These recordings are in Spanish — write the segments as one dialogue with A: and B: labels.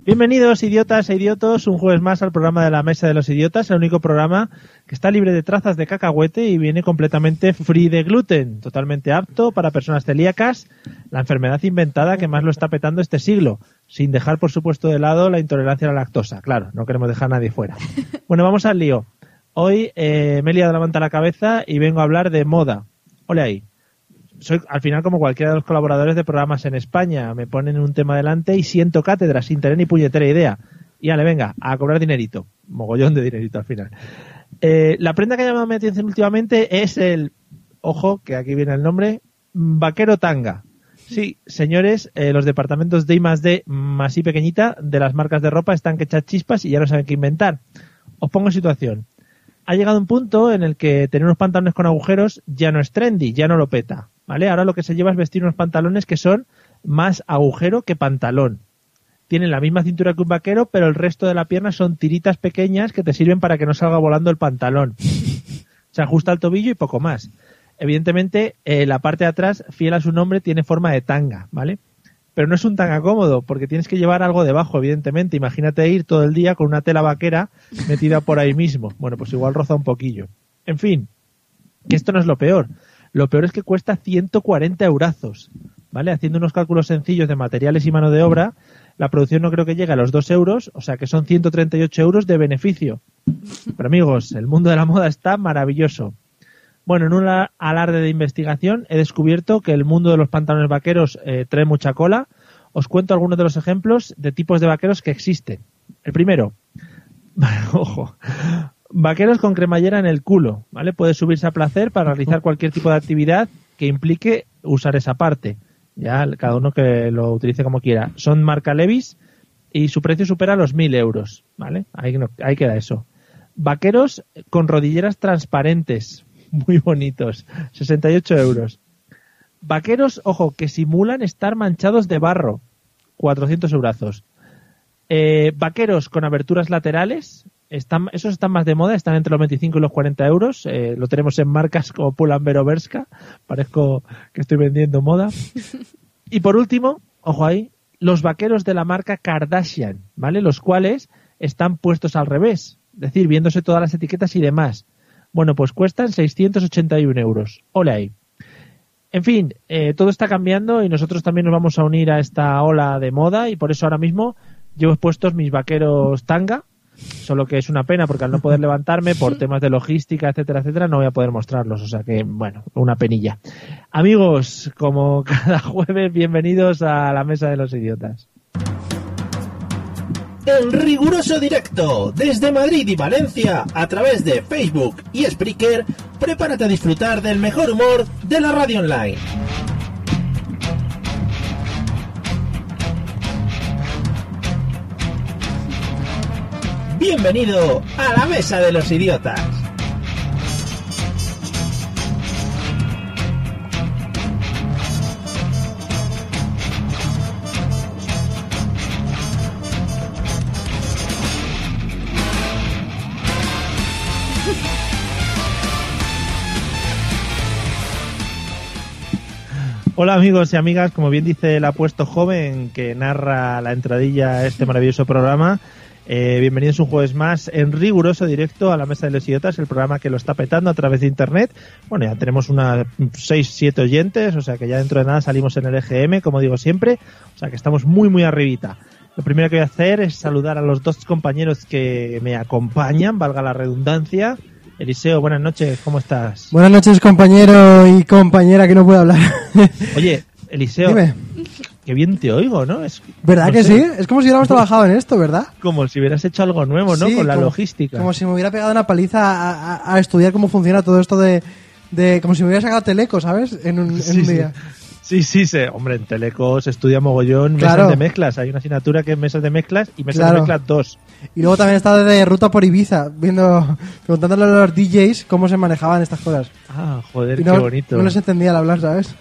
A: Bienvenidos, idiotas e idiotos, un jueves más al programa de la Mesa de los Idiotas, el único programa que está libre de trazas de cacahuete y viene completamente free de gluten, totalmente apto para personas celíacas, la enfermedad inventada que más lo está petando este siglo, sin dejar, por supuesto, de lado la intolerancia a la lactosa. Claro, no queremos dejar a nadie fuera. Bueno, vamos al lío. Hoy eh, me he liado la manta a la cabeza y vengo a hablar de moda. Hola ahí soy al final como cualquiera de los colaboradores de programas en España. Me ponen un tema delante y siento cátedra sin tener ni puñetera idea. Y ale, venga, a cobrar dinerito. Mogollón de dinerito al final. Eh, la prenda que ha llamado mi atención últimamente es el, ojo, que aquí viene el nombre, vaquero tanga. Sí, señores, eh, los departamentos de I más D más I pequeñita de las marcas de ropa están que echar chispas y ya no saben qué inventar. Os pongo en situación. Ha llegado un punto en el que tener unos pantalones con agujeros ya no es trendy, ya no lo peta. ¿vale? Ahora lo que se lleva es vestir unos pantalones que son más agujero que pantalón. Tienen la misma cintura que un vaquero, pero el resto de la pierna son tiritas pequeñas que te sirven para que no salga volando el pantalón. Se ajusta al tobillo y poco más. Evidentemente, eh, la parte de atrás, fiel a su nombre, tiene forma de tanga, ¿vale? Pero no es un tanga cómodo, porque tienes que llevar algo debajo, evidentemente. Imagínate ir todo el día con una tela vaquera metida por ahí mismo. Bueno, pues igual roza un poquillo. En fin, que esto no es lo peor. Lo peor es que cuesta 140 eurazos. ¿Vale? Haciendo unos cálculos sencillos de materiales y mano de obra, la producción no creo que llegue a los 2 euros, o sea que son 138 euros de beneficio. Pero amigos, el mundo de la moda está maravilloso. Bueno, en un alarde de investigación he descubierto que el mundo de los pantalones vaqueros eh, trae mucha cola. Os cuento algunos de los ejemplos de tipos de vaqueros que existen. El primero, ojo, Vaqueros con cremallera en el culo, ¿vale? Puede subirse a placer para realizar cualquier tipo de actividad que implique usar esa parte. Ya, cada uno que lo utilice como quiera. Son marca Levis y su precio supera los 1000 euros, ¿vale? Ahí, no, ahí queda eso. Vaqueros con rodilleras transparentes, muy bonitos, 68 euros. Vaqueros, ojo, que simulan estar manchados de barro, 400 euros. Eh, vaqueros con aberturas laterales, están, esos están más de moda, están entre los 25 y los 40 euros. Eh, lo tenemos en marcas como Pull&Bear Berska. Parezco que estoy vendiendo moda. Y por último, ojo ahí, los vaqueros de la marca Kardashian, ¿vale? Los cuales están puestos al revés, es decir, viéndose todas las etiquetas y demás. Bueno, pues cuestan 681 euros. Hola ahí. En fin, eh, todo está cambiando y nosotros también nos vamos a unir a esta ola de moda y por eso ahora mismo llevo puestos mis vaqueros tanga, solo que es una pena porque al no poder levantarme por temas de logística, etcétera, etcétera, no voy a poder mostrarlos, o sea que, bueno, una penilla. Amigos, como cada jueves, bienvenidos a la Mesa de los Idiotas.
B: En riguroso directo, desde Madrid y Valencia, a través de Facebook y Spreaker, prepárate a disfrutar del mejor humor de la radio online. Bienvenido a la Mesa de los Idiotas.
A: Hola amigos y amigas, como bien dice el apuesto joven que narra la entradilla a este maravilloso programa, eh, bienvenidos un jueves más en riguroso directo a la Mesa de los Idiotas, el programa que lo está petando a través de internet. Bueno, ya tenemos unas 6, 7 oyentes, o sea que ya dentro de nada salimos en el EGM, como digo siempre, o sea que estamos muy, muy arribita. Lo primero que voy a hacer es saludar a los dos compañeros que me acompañan, valga la redundancia. Eliseo, buenas noches, ¿cómo estás?
C: Buenas noches, compañero y compañera que no puedo hablar.
A: Oye, Eliseo,
C: Dime,
A: qué bien te oigo, ¿no? Es,
C: ¿verdad
A: no
C: que
A: sé,
C: sí? Es como si hubiéramos trabajado en esto, ¿verdad?
A: Como si hubieras hecho algo nuevo, ¿no?
C: Sí,
A: Con la
C: como-
A: logística.
C: Como si me hubiera pegado una paliza a, a- a estudiar cómo funciona todo esto de, de- Como si me hubiera sacado teleco, ¿sabes? En un, en
A: Sí,
C: un
A: sí.
C: día.
A: Sí, Sí, sí, se, hombre, en Teleco se estudia mogollón
C: Claro.
A: mesas de mezclas. Hay una asignatura que es mesas de mezclas y mesas
C: Claro.
A: de mezclas 2.
C: Y luego también estaba de ruta por Ibiza, viendo, preguntándole a los DJs cómo se manejaban estas cosas.
A: Ah, joder,
C: Y no,
A: qué bonito.
C: No les entendía al hablar, ¿sabes?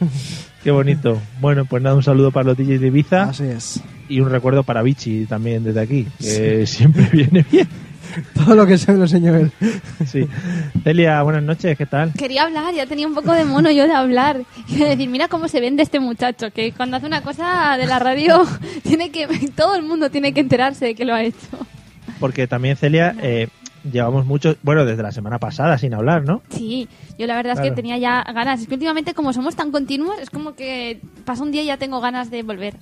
A: Qué bonito. Bueno, pues nada, un saludo para los DJs de Ibiza
C: Así es.
A: y un recuerdo para Vichy también desde aquí, que siempre viene bien.
C: Todo lo que se me lo enseñó él.
A: Sí. Celia, buenas noches, ¿qué tal?
D: Quería hablar, ya tenía un poco de mono yo de hablar. Y decir, mira cómo se vende este muchacho, que cuando hace una cosa de la radio, tiene que todo el mundo tiene que enterarse de que lo ha hecho.
A: Porque también, Celia, eh, llevamos mucho, bueno, desde la semana pasada sin hablar, ¿no?
D: Sí, yo la verdad es
A: Claro.
D: que tenía ya ganas. Es que últimamente, como somos tan continuos, es como que pasa un día y ya tengo ganas de volver.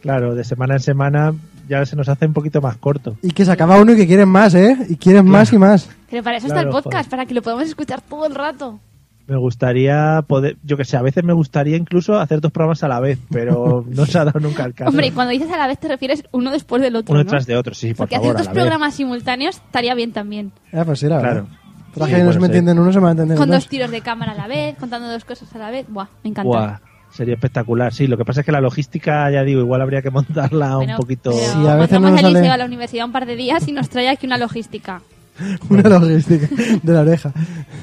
A: Claro, de semana en semana ya se nos hace un poquito más corto.
C: Y que se acaba uno y que quieren más, ¿eh? Y quieren más y más.
D: Pero para eso
A: Claro,
D: está el podcast,
A: joder.
D: para que lo podamos escuchar todo el rato.
A: Me gustaría poder, yo que sé, a veces me gustaría incluso hacer dos programas a la vez, pero no se ha dado nunca el caso.
D: Hombre, y cuando dices a la vez te refieres uno después del otro.
A: Uno
D: ¿no?
A: tras de otro, sí, por
D: Porque
A: favor.
D: hacer
A: a
D: dos
A: la vez.
D: programas simultáneos estaría bien también.
C: Ah, pues sí, la
A: Claro.
C: verdad. Otra
A: Sí,
C: gente no se
A: bueno,
C: me
A: sí.
C: entienden uno, se me va a entender
D: Con
C: dos.
D: dos tiros de cámara a la vez, contando dos cosas a la vez. Buah, me encanta.
A: Buah, sería espectacular. Sí, lo que pasa es que la logística, ya digo, igual habría que montarla
D: Bueno,
A: un poquito.
D: pero
C: Sí, a veces no
D: mandamos
C: nos
D: al
C: sale.
D: liceo a la universidad un par de días y nos trae aquí una logística.
C: Una logística de la oreja.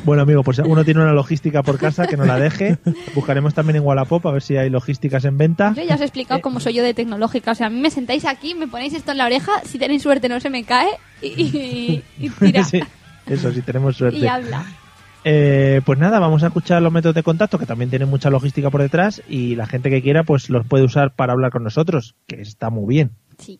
A: Bueno, amigo, pues si uno tiene una logística por casa, que no la deje. Buscaremos también en Wallapop a ver si hay logísticas en venta.
D: Yo ya os he explicado cómo soy yo de tecnológica. O sea, a mí me sentáis aquí, me ponéis esto en la oreja, si tenéis suerte no se me cae y, y- y tira.
A: Sí, eso, si tenemos
D: y
A: suerte.
D: habla.
A: Eh, pues nada, vamos a escuchar los métodos de contacto, que también tienen mucha logística por detrás, y la gente que quiera, pues los puede usar para hablar con nosotros, que está muy bien.
D: Sí.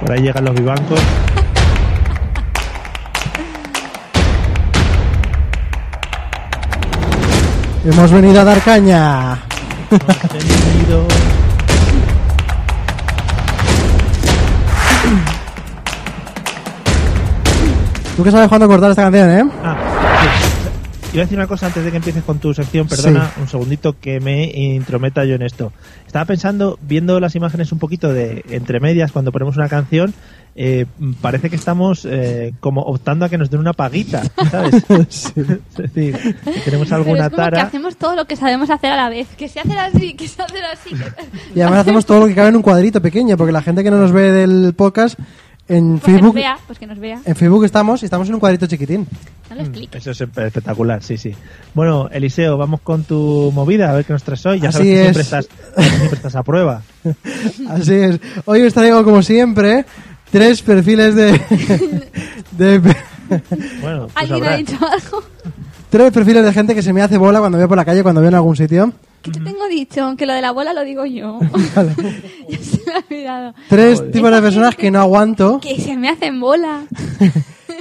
A: Por ahí llegan los vivancos.
C: Hemos venido a dar caña.
A: Hemos venido.
C: Tú que sabes cuándo cortar esta canción, ¿eh?
A: Ah, sí. Iba a decir una cosa antes de que empieces con tu sección, perdona un segundito que me intrometa yo en esto. Estaba pensando, viendo las imágenes un poquito de entre medias cuando ponemos una canción, eh, parece que estamos eh, como optando a que nos den una paguita, ¿sabes? Es decir, si tenemos
D: Pero
A: alguna
D: es como que
A: tara.
D: hacemos todo lo que sabemos hacer a la vez. Que se hacer así, que se hacer así. que-
C: Y además hacemos todo lo que cabe en un cuadrito pequeño, porque la gente que no nos ve del podcast en
D: Pues que nos
C: Facebook,
D: vea, pues que nos vea.
C: en Facebook estamos y estamos en un cuadrito chiquitín.
D: No lo expliques.
A: Eso es espectacular, sí, sí. Bueno, Eliseo, vamos con tu movida, a ver qué nos traes hoy. Ya
C: Así
A: sabes que siempre
C: es.
A: estás, siempre estás a prueba.
C: Así es. Hoy os traigo, como siempre, tres perfiles de... de
A: Bueno, pues
D: ¿Alguien ha
A: habrá.
D: dicho algo?
C: tres perfiles de gente que se me hace bola cuando veo por la calle, cuando veo en algún sitio.
D: ¿Qué te tengo dicho? Que lo de la abuela lo digo yo. ya se me ha olvidado.
C: Tres tipos de personas
D: gente-
C: que no aguanto,
D: Que se me hacen bola.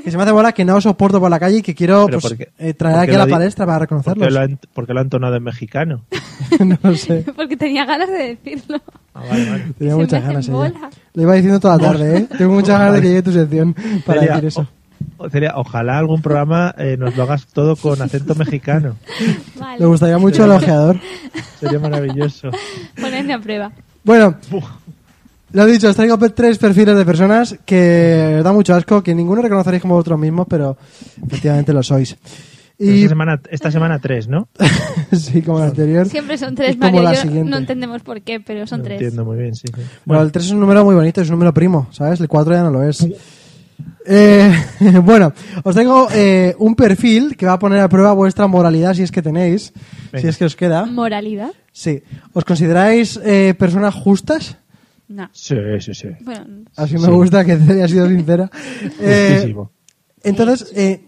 C: que se me hace bola, que no soporto por la calle y que quiero
A: Pero
C: pues,
A: ¿por qué?
C: eh, traer
A: ¿Por qué
C: aquí a
A: lo
C: la
A: di-
C: palestra para
A: Porque lo,
C: reconocerlos.
A: han, porque lo han tonado en mexicano.
C: no lo sé.
D: Porque tenía ganas de decirlo.
A: Ah, vale, vale.
C: Tenía
D: se me
C: muchas
D: hacen
C: ganas. ella.
D: bola.
C: Lo iba diciendo toda la tarde, ¿eh? Tengo muchas ganas de que llegue tu sección para
A: Celia,
C: decir eso.
A: o- o- Celia, ojalá algún programa eh, nos lo hagas todo con acento mexicano.
D: Vale.
C: Le gustaría mucho el ojeador.
A: Sería maravilloso.
D: Ponedme a prueba.
C: Bueno,
A: Buf.
C: lo dicho, os traigo pe- tres perfiles de personas que os da mucho asco, que ninguno reconoceréis como vosotros mismos, pero efectivamente lo sois. Y
A: Esta, semana, esta semana tres, ¿no?
C: sí, como el anterior.
D: Siempre son tres,
C: Es como
D: Mario.
C: la
D: Yo
C: siguiente.
D: no entendemos por qué, pero son
A: No
D: tres.
A: Entiendo muy bien, sí. sí.
C: Bueno, el 3 es un número muy bonito, es un número primo, ¿sabes? El 4 ya no lo es. Eh, bueno, os tengo eh, un perfil que va a poner a prueba vuestra moralidad si es que tenéis,
A: Venga.
C: si es que os queda.
D: ¿Moralidad?
C: Sí. ¿Os consideráis eh, personas justas?
D: No.
A: Sí, sí, sí.
D: Bueno,
C: Así
A: Sí.
C: me gusta que Celia ha sido sincera. Eh,
A: Justísimo.
C: entonces, eh,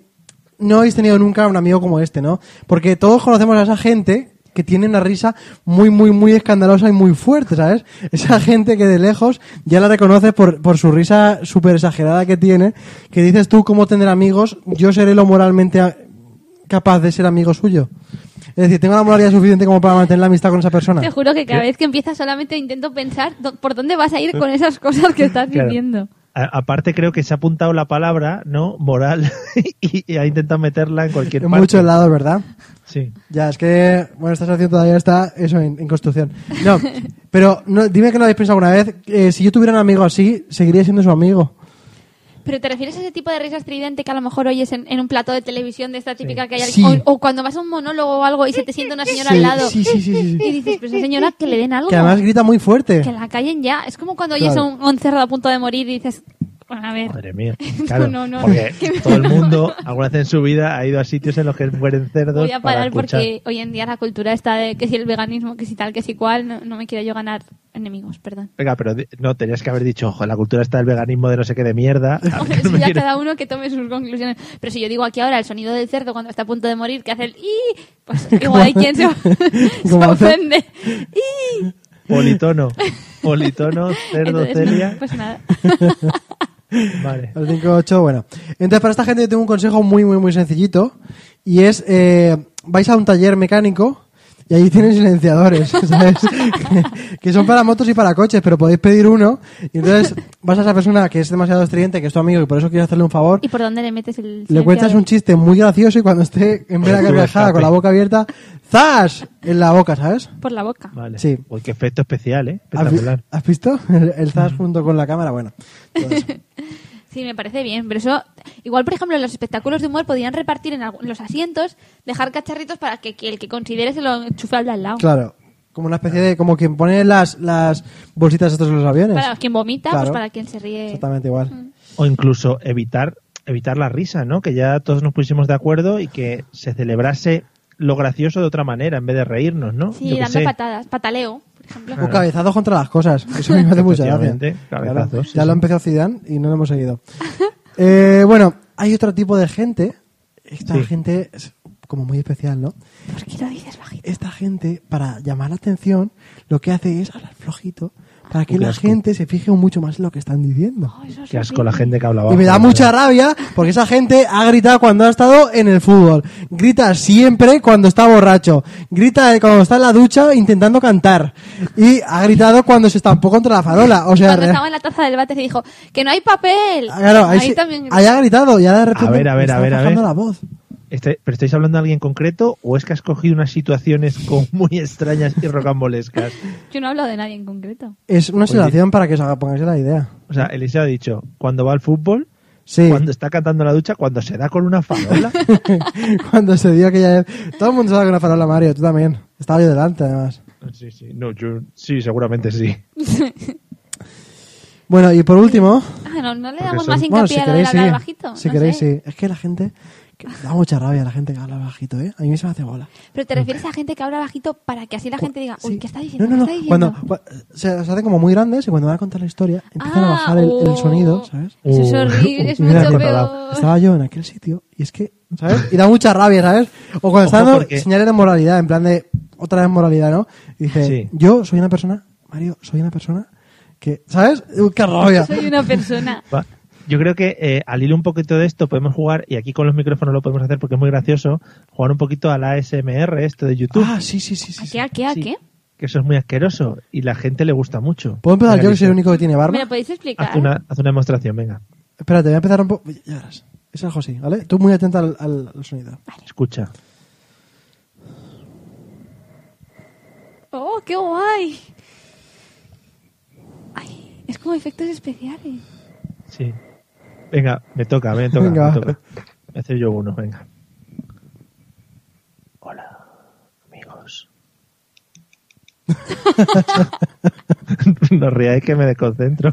C: no habéis tenido nunca un amigo como este, ¿no? Porque todos conocemos a esa gente que tiene una risa muy, muy, muy escandalosa y muy fuerte, ¿sabes? Esa gente que de lejos ya la reconoces por, por su risa súper exagerada que tiene, que dices tú cómo tener amigos, yo seré lo moralmente a- capaz de ser amigo suyo. Es decir, tengo la moralidad suficiente como para mantener la amistad con esa persona.
D: Te juro que cada vez que empiezas solamente intento pensar do- por dónde vas a ir con esas cosas que estás
A: Claro.
D: diciendo.
A: A- aparte creo que se ha apuntado la palabra, ¿no? Moral y, y ha intentado meterla en cualquier
C: En
A: parte.
C: muchos lados, ¿verdad?
A: Sí.
C: Ya, es que, bueno, esta sección todavía está eso en, en construcción. No, pero no, dime que no habéis pensado alguna vez. eh, si yo tuviera un amigo así, seguiría siendo su amigo.
D: Pero te refieres a ese tipo de risa estridente que a lo mejor oyes en, en un plato de televisión de esta típica que hay
C: Sí.
D: o, o cuando vas a un monólogo o algo y se te sienta una señora
C: Sí,
D: al lado
C: sí, sí, sí, sí, sí.
D: y dices, pero esa señora que le den algo,
C: Que además grita muy fuerte.
D: que la callen ya. Es como cuando oyes a
C: Claro.
D: un, a un cerdo a punto de morir y dices, bueno, a ver,
A: Madre mía. Claro,
D: No, no, no.
A: porque
D: Que me-
A: todo el mundo alguna vez en su vida ha ido a sitios en los que mueren cerdos
D: voy a parar
A: para escuchar.
D: porque hoy en día la cultura está de que si el veganismo, que si tal, que si cual, no, no me quiero yo ganar enemigos, perdón.
A: Venga, pero di- no, tenías que haber dicho, ojo, la cultura está del veganismo de no sé qué de mierda. A mí no
D: Eso
A: me
D: ya
A: quiere-
D: cada uno que tome sus conclusiones. Pero si yo digo aquí ahora el sonido del cerdo cuando está a punto de morir, que hace el ¡i! Pues igual hay quien se, se
C: ¿Cómo hace?
D: ofende. ¡i!
A: Politono, politono, cerdo,
D: Entonces, no,
A: celia.
D: pues nada.
A: Vale.
C: Al 5-8, bueno. Entonces, para esta gente yo tengo un consejo muy, muy, muy sencillito. Y es, eh, vais a un taller mecánico y ahí tienen silenciadores, ¿sabes? que, que son para motos y para coches, pero podéis pedir uno. Y entonces vas a esa persona que es demasiado estridente, que es tu amigo y por eso quieres hacerle un favor.
D: ¿Y por dónde le metes el
C: Le cuentas
D: silenciador?
C: un chiste muy gracioso y cuando esté en vez de
A: Por el tubo de
C: carcajada con la
A: escape.
C: boca abierta, ¡zas! En la boca, ¿sabes?
D: Por la boca.
A: Vale.
C: Sí.
A: Uy, qué efecto especial, ¿eh?
C: ¿Has, vi-
A: Espectacular.
C: has visto? El, el zas junto con la cámara, bueno. todo eso.
D: Sí, me parece bien, pero eso... Igual, por ejemplo, en los espectáculos de humor podrían repartir en algu- los asientos, dejar cacharritos para que, que el que considere se lo enchufe al de al lado.
C: Claro. Como una especie de. Como quien pone las, las bolsitas estas en los aviones.
D: Para quien vomita,
C: Claro.
D: pues para quien se ríe. Mm.
C: Exactamente igual.
A: O incluso evitar, evitar la risa, ¿no? Que ya todos nos pusimos de acuerdo y que se celebrase lo gracioso de otra manera en vez de reírnos, ¿no?
D: Sí,
A: Yo qué
D: dando
A: sé.
D: patadas. Pataleo, por ejemplo.
C: O cabezazos contra las cosas. Eso me hace mucha gracia.
A: Efectivamente, cabezazos,
C: Claro,
A: sí,
C: ya lo
A: sí.
C: empezó Zidane y no lo hemos seguido. Eh, bueno, hay otro tipo de gente. Esta
A: Sí.
C: gente es como muy especial, ¿no?
D: ¿Por qué lo dices bajito?
C: Esta gente, para llamar la atención, lo que hace es hablar flojito para que
A: Qué
C: la
A: asco.
C: gente se fije mucho más en lo que están diciendo.
D: Oh, eso es
A: Qué asco la
D: horrible.
A: gente que hablaba.
C: Y me da mucha rabia porque esa gente ha gritado cuando ha estado en el fútbol. Grita siempre cuando está borracho. Grita cuando está en la ducha intentando cantar. Y ha gritado cuando se estampó contra la farola. O sea,
D: Cuando
C: re-
D: estaba en la taza del váter y dijo que no hay papel.
C: Ah, claro, ahí,
D: Ahí
C: sí-
D: también.
C: ahí ha gritado y ahora de repente
A: A ver, a
C: me
A: ver,
C: está
A: a ver, a
C: bajando
A: ver.
C: la voz.
A: Este- ¿Pero estáis hablando de alguien concreto o es que has cogido unas situaciones como muy extrañas y rocambolescas?
D: Yo no hablo de nadie en concreto.
C: Es una sensación para que os haga- pongáis la idea.
A: O sea, Eliseo ha dicho, cuando va al fútbol,
C: Sí,
A: cuando está cantando en la ducha, cuando se da con una farola.
C: cuando se dio aquella vez. Todo el mundo se da con la farola, Mario, tú también. Estaba yo delante, además.
A: sí, sí, no, yo, sí, seguramente sí.
C: Bueno, y por último,
D: Ah, no, no le
A: Porque
D: damos
A: son-
D: más
C: Bueno,
D: hincapié
C: si
D: a lo del
C: queréis, sí.
D: hablar bajito.
C: Si
D: no
C: queréis,
D: sé.
C: sí. Es que la gente. que me da mucha rabia la gente que habla bajito, ¿eh? A mí se me hace bola.
D: Pero te refieres a gente que habla bajito para que así la gente diga, uy,
C: Sí.
D: ¿qué está diciendo?
C: No, no,
D: ¿Qué
C: no.
D: está
C: Cuando
D: diciendo?".
C: cua- se, se hacen como muy grandes y cuando van a contar la historia empiezan a
D: Ah,
C: bajar el, el
D: oh.
C: sonido, ¿sabes? Oh.
D: Eso es
A: Uh,
D: horrible, es
A: uh,
C: mira,
D: mucho
C: mira,
D: peor.
C: Estaba yo en aquel sitio y es que, ¿sabes? Y da mucha rabia, ¿sabes? O cuando están
A: Ojo,
C: dando
A: porque-
C: señales de moralidad, en plan de otra vez moralidad, ¿no? Y dice,
A: Sí.
C: yo soy una persona, Mario, soy una persona que, ¿sabes? Uy, ¡Qué rabia!
D: Soy una persona.
A: Va. Yo creo que eh, al hilo un poquito de esto podemos jugar, y aquí con los micrófonos lo podemos hacer porque es muy gracioso, jugar un poquito a la ASMR, esto de YouTube,
C: Ah, sí, sí, sí. sí,
D: ¿A
C: sí.
D: qué, a qué, a
A: Sí.
D: qué?
A: que eso es muy asqueroso y la gente le gusta mucho.
C: ¿Puedo empezar
A: Venga,
C: yo que
A: Alicia,
C: soy el único que tiene barba?
D: ¿Me lo podéis explicar?
A: Haz una, haz una demostración, venga,
D: pues-
C: Espérate, voy a empezar un poco. Ya verás. Es el José, ¿vale? Tú muy atenta al, al- al sonido.
A: escucha.
D: ¡Oh, qué guay! Ay, es como efectos especiales.
A: Sí. Venga, me toca, me toca,
C: Venga,
A: me
C: va.
A: toca. Voy a hacer yo uno, venga. Hola, amigos. no ríais que me desconcentro.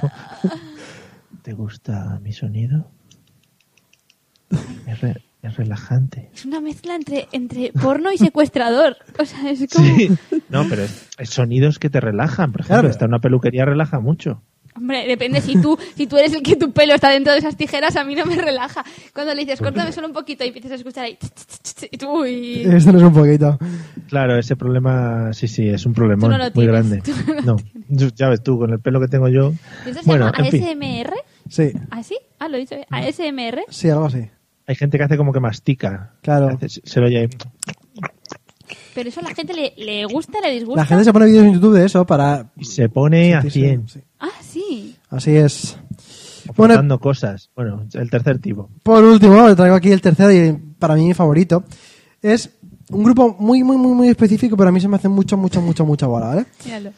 A: ¿Te gusta mi sonido? Es, re- es relajante.
D: Es una mezcla entre, entre porno y secuestrador. O sea, es como...
A: Sí. No, pero es, es sonidos que te relajan. Por ejemplo,
C: Claro.
A: estar en una peluquería relaja mucho.
D: Hombre, depende si tú, si tú eres el que tu pelo está dentro de esas tijeras, a mí no me relaja. Cuando le dices, córtame solo un poquito y empiezas a escuchar ahí, ch, ch, ch, ch, y tú, uy,
C: Esto no es un poquito.
A: Claro, ese problema, sí, sí, es un problema
D: Tú no lo
A: muy
D: tienes,
A: grande.
D: tú no lo
A: No, yo- ya ves tú, con el pelo que tengo yo.
D: ¿Esto se
A: Bueno,
D: llama
A: en fin.
D: ASMR?
C: Sí,
D: ¿Ah, sí? Ah, lo he dicho bien. ¿ASMR?
C: sí, algo así.
A: Hay gente que hace como que mastica.
C: Claro.
A: Hace- se- se lo oye ahí.
D: Pero eso a la gente le, le gusta, le disgusta.
C: La gente se pone vídeos en YouTube de eso para...
A: Y se pone a 100,
C: Sí.
D: Ah, sí.
C: Así es.
A: aportando
C: Bueno,
A: cosas. Bueno, el tercer tipo.
C: por último, le traigo aquí el tercero y para mí mi favorito. Es un grupo muy, muy, muy, muy específico, pero a mí se me hace mucho, mucho, mucho, mucha bola, ¿vale?
D: Míralo.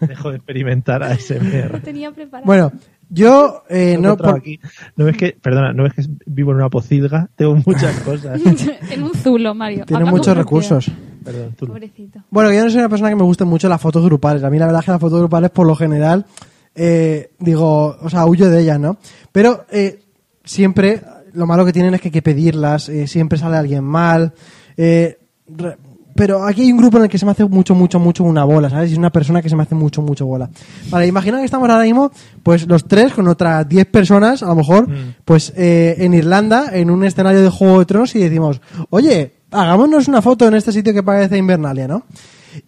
A: Dejo de experimentar ASMR.
D: Lo tenía preparado.
C: Bueno, yo eh,
A: Lo he
C: no...
A: encontrado
C: por-
A: aquí. no ves que, perdona, no ves que vivo en una pocilga, tengo muchas cosas.
D: en un zulo, Mario.
C: Tiene
D: Habla con
C: muchos
D: propiedad.
C: recursos.
A: Perdón, tú.
D: Pobrecito.
C: Bueno, yo no soy una persona que me gusten mucho las fotos grupales. A mí la verdad es que las fotos grupales, por lo general, eh, digo, o sea, huyo de ellas, ¿no? Pero eh, siempre, lo malo que tienen es que hay que pedirlas, eh, siempre sale alguien mal. eh, re- pero aquí hay un grupo en el que se me hace mucho, mucho, mucho una bola, ¿sabes? Y es una persona que se me hace mucho, mucho bola. Vale, imagina que estamos ahora mismo, pues los tres con otras 10 personas, a lo mejor, pues eh, en Irlanda, en un escenario de Juego de Tronos y decimos, oye, hagámonos una foto en este sitio que parece Invernalia, ¿no?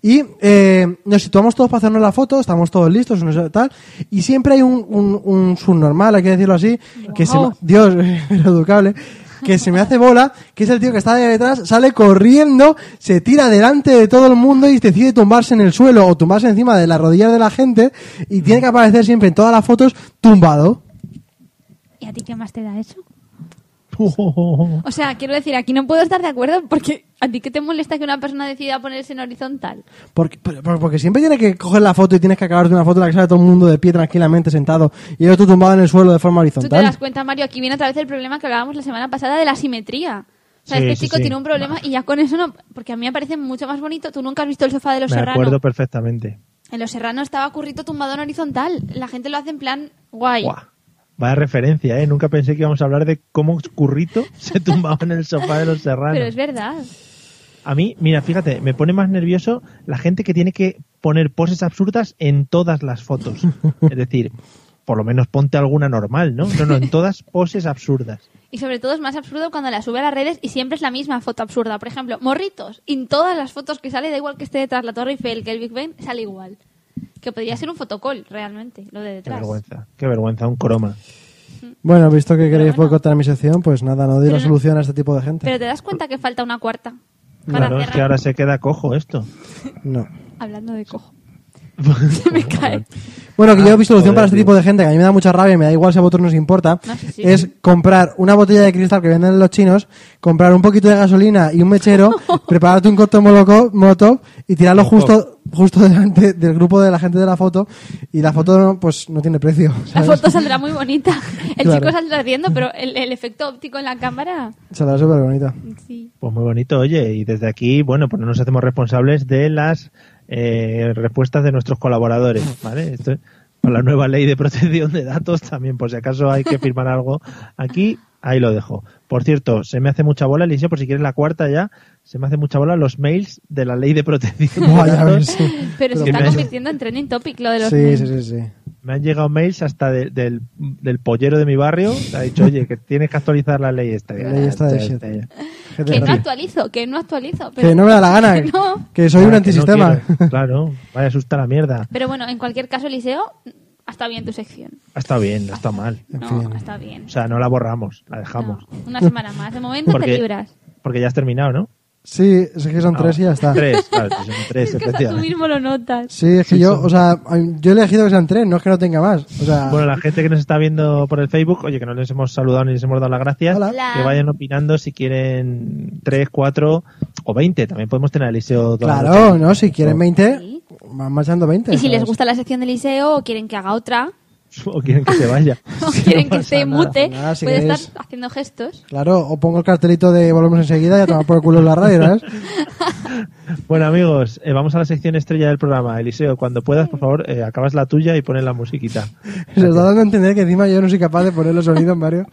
C: Y eh, nos situamos todos para hacernos la foto, estamos todos listos, no sé, tal, y siempre hay un, un, un subnormal, hay que decirlo así, que se,
D: Wow.
C: ma- Dios, era educable, que se me hace bola, que es el tío que está de detrás, sale corriendo, se tira delante de todo el mundo y decide tumbarse en el suelo o tumbarse encima de las rodillas de la gente y tiene que aparecer siempre en todas las fotos tumbado.
D: ¿Y a ti qué más te da eso?
A: Ujú.
D: O sea, quiero decir, aquí no puedo estar de acuerdo porque a ti qué te molesta que una persona decida ponerse en horizontal.
C: Porque, por- por- porque siempre tiene que coger la foto y tienes que acabarte una foto en la que sale todo el mundo de pie tranquilamente sentado y el otro tumbado en el suelo de forma
D: Tú te das
C: horizontal.
D: cuenta, Mario, aquí viene otra vez el problema que hablábamos la semana pasada de la simetría. O sea,
A: Sí,
D: este
A: sí,
D: chico
A: sí.
D: tiene un problema y ya con eso no... Porque a mí me parece mucho más bonito. Tú nunca has visto el sofá de los
A: Me
D: serranos.
A: acuerdo perfectamente.
D: En Los Serrano estaba Currito tumbado en horizontal. La gente lo hace en plan guay.
A: Buah. Vaya referencia, ¿eh? Nunca pensé que íbamos a hablar de cómo Currito se tumbaba en el sofá de los serranos.
D: Pero es verdad.
A: A mí, mira, fíjate, me pone más nervioso la gente que tiene que poner poses absurdas en todas las fotos. Es decir, por lo menos ponte alguna normal, ¿no? No, no, en todas poses absurdas.
D: Y sobre todo es más absurdo cuando la sube a las redes y siempre es la misma foto absurda. Por ejemplo, Morritos. Y en todas las fotos que sale, da igual que esté detrás la Torre Eiffel, que el Big Ben, sale igual. Que podría ser un fotocall, realmente, lo de
A: Qué
D: detrás.
A: vergüenza, qué vergüenza, un croma.
C: Bueno, visto que queréis
D: bueno.
C: boicotar mi sección, pues nada, no doy la
D: Pero-
C: solución a este tipo de gente.
D: Pero te das cuenta que falta una cuarta. Para
A: Claro, es
D: cerrar.
A: que ahora se queda cojo esto.
C: No.
D: Hablando de cojo. Se me cae.
C: Bueno, que yo mi solución
A: Ah, joder,
C: para este
A: tío.
C: tipo de gente, que a mí me da mucha rabia y me da igual si a vosotros nos importa,
D: No, sí, sí.
C: es comprar una botella de cristal que venden los chinos, comprar un poquito de gasolina y un mechero, prepararte un cóctel moloco- molotov y tirarlo justo justo delante del grupo de la gente de la foto y la foto no, pues no tiene precio.
D: La
C: ¿sabes?
D: foto saldrá muy bonita. El
C: Claro.
D: chico saldrá riendo, pero el, el efecto óptico en la cámara.
C: Será súper bonita.
D: Sí.
A: Pues muy bonito, oye, y desde aquí, bueno, pues no nos hacemos responsables de las eh, respuestas de nuestros colaboradores, ¿vale? Esto es para la nueva ley de protección de datos también, por si acaso hay que firmar algo aquí, ahí lo dejo. Por cierto, se me hace mucha bola, Eliseo, por si quieres la cuarta ya, se me hace mucha bola los mails de la ley de protección de
C: Buah, ya
A: datos.
C: ves, sí.
D: Pero
A: Pero
D: se está
A: me-
D: convirtiendo en trending topic lo de los
C: Sí,
D: memes.
C: sí, sí, sí.
A: Me han llegado mails hasta de- del, del pollero de mi barrio, que ha dicho, oye, que tienes que actualizar la ley esta.
C: La ley esta de shit. Gente
D: Que no
C: rara.
D: actualizo, que no actualizo. Pero,
C: Que no me da la gana,
D: Que no.
C: que soy
A: Ah,
C: un
A: que no
C: antisistema.
A: quiero. claro, vaya asusta la mierda.
D: pero bueno, en cualquier caso, Eliseo, ha estado bien tu sección.
A: Ha estado bien, no está mal.
D: No, ha estado bien.
A: O sea, no la borramos, la dejamos.
D: No, una semana más. De momento te libras.
A: porque ya has terminado, ¿no?
C: Sí, es que son tres y ya está.
A: Ah, Tres, claro, sí, son tres,
D: Es que hasta tú
A: efectivamente.
D: mismo lo notas.
C: Sí, es que
A: Sí,
C: yo,
A: son-
C: o sea, yo he elegido que sean tres, no es que no tenga más. O sea,
A: Bueno, la gente que nos está viendo por el Facebook, oye, que no les hemos saludado ni les hemos dado las gracias,
C: Hola.
D: Hola.
A: que vayan opinando si quieren tres, cuatro o veinte. También podemos tener a Eliseo. toda la
C: claro,
A: noche.
C: ¿no? Si quieren 20,
D: Sí.
C: van marchando 20.
D: Y si les
C: ¿sabes?
D: gusta la sección de Eliseo o quieren que haga otra,
A: O quieren que se vaya.
D: o quieren que
A: pasa
D: se
A: nada.
D: mute,
C: Nada, si
D: puede
C: queréis.
D: estar haciendo gestos.
C: Claro, o pongo el cartelito de volvemos enseguida y a tomar por el culo la radio, ¿sabes?
A: Bueno, amigos, eh, vamos a la sección estrella del programa. Eliseo, cuando puedas, por favor, eh, acabas la tuya y pones la musiquita.
C: Se está dando a entender que encima yo no soy capaz de poner los sonidos, Mario.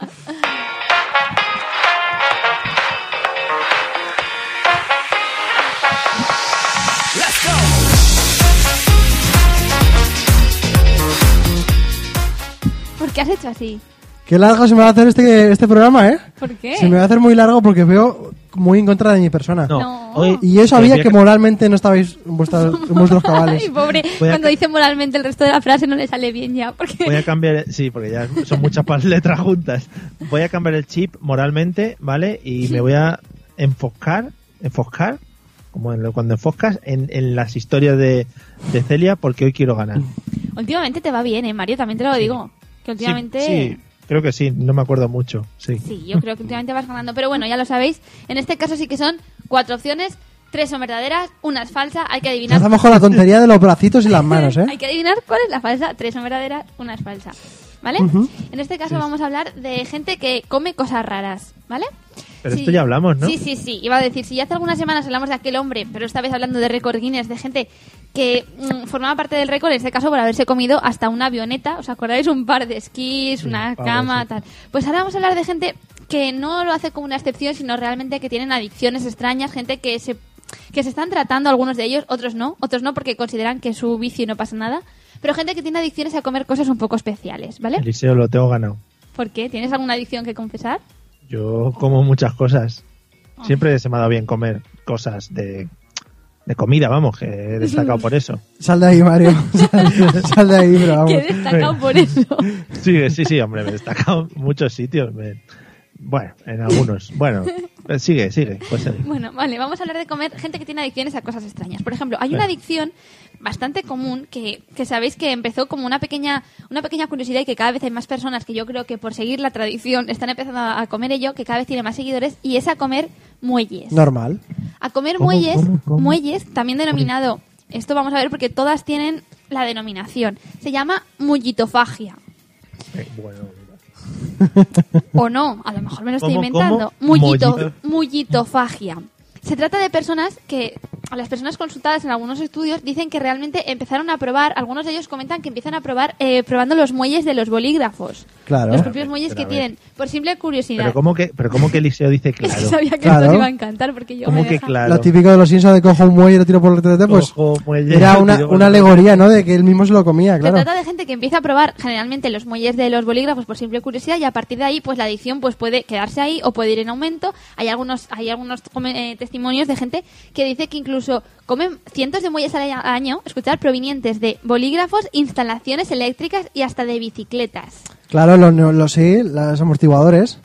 D: ¿Por qué has hecho así?
C: Qué largo se me va a hacer este, este programa, ¿eh?
D: ¿Por qué?
C: Se me va a hacer muy largo porque veo muy en contra de mi persona.
A: No.
D: No.
A: Hoy-
C: Y yo sabía
A: Tendría
C: que moralmente no estabais en, vuestras- en vuestros
D: Ay,
C: cabales.
D: pobre,
A: Voy a
D: cuando
A: ca-
D: dice moralmente el resto de la frase no le sale bien ya, porque
A: Voy a cambiar, sí, porque ya son muchas pa- letras juntas. Voy a cambiar el chip moralmente, ¿vale? Y me voy a enfocar, enfocar, como en lo- cuando enfocas, en, en las historias de, de Celia, porque hoy quiero ganar.
D: últimamente te va bien, ¿eh, Mario? También te lo digo. Que últimamente...
A: Sí, sí, creo que sí, no me acuerdo mucho. Sí.
D: Sí, yo creo que últimamente vas ganando. Pero bueno, ya lo sabéis. En este caso sí que son cuatro opciones. Tres son verdaderas, una es falsa. Hay que adivinar.
C: Empezamos con la tontería de los bracitos y las manos, ¿eh?
D: Hay que adivinar cuál es la falsa. Tres son verdaderas, una es falsa. ¿Vale? En este caso vamos a hablar de gente que come cosas raras. ¿Vale?
A: Pero esto ya hablamos, ¿no?
D: Sí, sí, sí. Iba a decir, si ya hace algunas semanas hablamos de aquel hombre, pero esta vez hablando de récord Guinness, de gente que mm, formaba parte del récord, en este caso por haberse comido hasta una avioneta, ¿os acordáis? Un par de esquís, una
A: pavo,
D: cama,
A: sí.
D: tal. Pues ahora vamos a hablar de gente que no lo hace como una excepción, sino realmente que tienen adicciones extrañas, gente que se que se están tratando algunos de ellos, otros no, otros no porque consideran que su vicio no pasa nada, pero gente que tiene adicciones a comer cosas un poco especiales, ¿vale?
A: Eliseo, lo tengo ganado.
D: ¿Por qué? ¿Tienes alguna adicción que confesar?
A: Yo como muchas cosas. Siempre se me ha dado bien comer cosas de, de comida, vamos, que he destacado por eso.
C: Sal de ahí, Mario. Sal, sal de ahí, pero vamos.
D: Que he destacado por eso.
A: Sí, sí, sí, hombre, me he destacado en muchos sitios. me- Bueno, en algunos. Bueno, eh, sigue, sigue. Pues, eh,
D: Bueno, vale, vamos a hablar de comer gente que tiene adicciones a cosas extrañas. Por ejemplo, hay una
A: Venga.
D: adicción bastante común que, que sabéis que empezó como una pequeña, una pequeña curiosidad y que cada vez hay más personas que yo creo que por seguir la tradición están empezando a a comer ello, que cada vez tiene más seguidores, y es a comer muelles.
C: Normal.
D: A comer
A: ¿Cómo,
D: muelles,
A: cómo, cómo?
D: muelles, también denominado, esto vamos a ver porque todas tienen la denominación, se llama mullitofagia.
A: eh, bueno,
D: O no, a lo mejor me lo estoy
A: ¿Cómo,
D: inventando.
A: cómo?
D: Mullito-
A: Mollito.
D: mullitofagia. Se trata de personas que, a las personas consultadas en algunos estudios, dicen que realmente empezaron a probar, algunos de ellos comentan que empiezan a probar eh, probando los muelles de los bolígrafos.
C: Claro.
A: Pero
D: Los
A: a
D: propios
A: ver,
D: muelles
A: pero
D: que
A: a ver.
D: tienen, por simple curiosidad.
A: pero ¿cómo que, pero ¿cómo que Eliseo dice
D: Es que
A: claro?
D: sabía que
C: Claro.
D: esto os iba a encantar porque yo
A: ¿Cómo
D: me
A: que
D: deja-
A: claro?
C: Lo típico de los Simpsons de cojo un muelle y lo tiro por el TT, pues
A: Cojo un muelle,
C: era
A: lo
C: una,
A: tiro por
C: una
A: el TT.
C: alegoría, ¿no? De que él mismo se lo comía,
D: Se
C: claro.
D: trata de gente que empieza a probar generalmente los muelles de los bolígrafos por simple curiosidad y a partir de ahí pues la adicción pues puede quedarse ahí o puede ir en aumento. Hay algunos hay algunos come- eh, testimonios de gente que dice que incluso comen cientos de muelles al a- año, escuchar provenientes de bolígrafos, instalaciones eléctricas y hasta de bicicletas.
C: Claro, los, neo- los sí, los amortiguadores.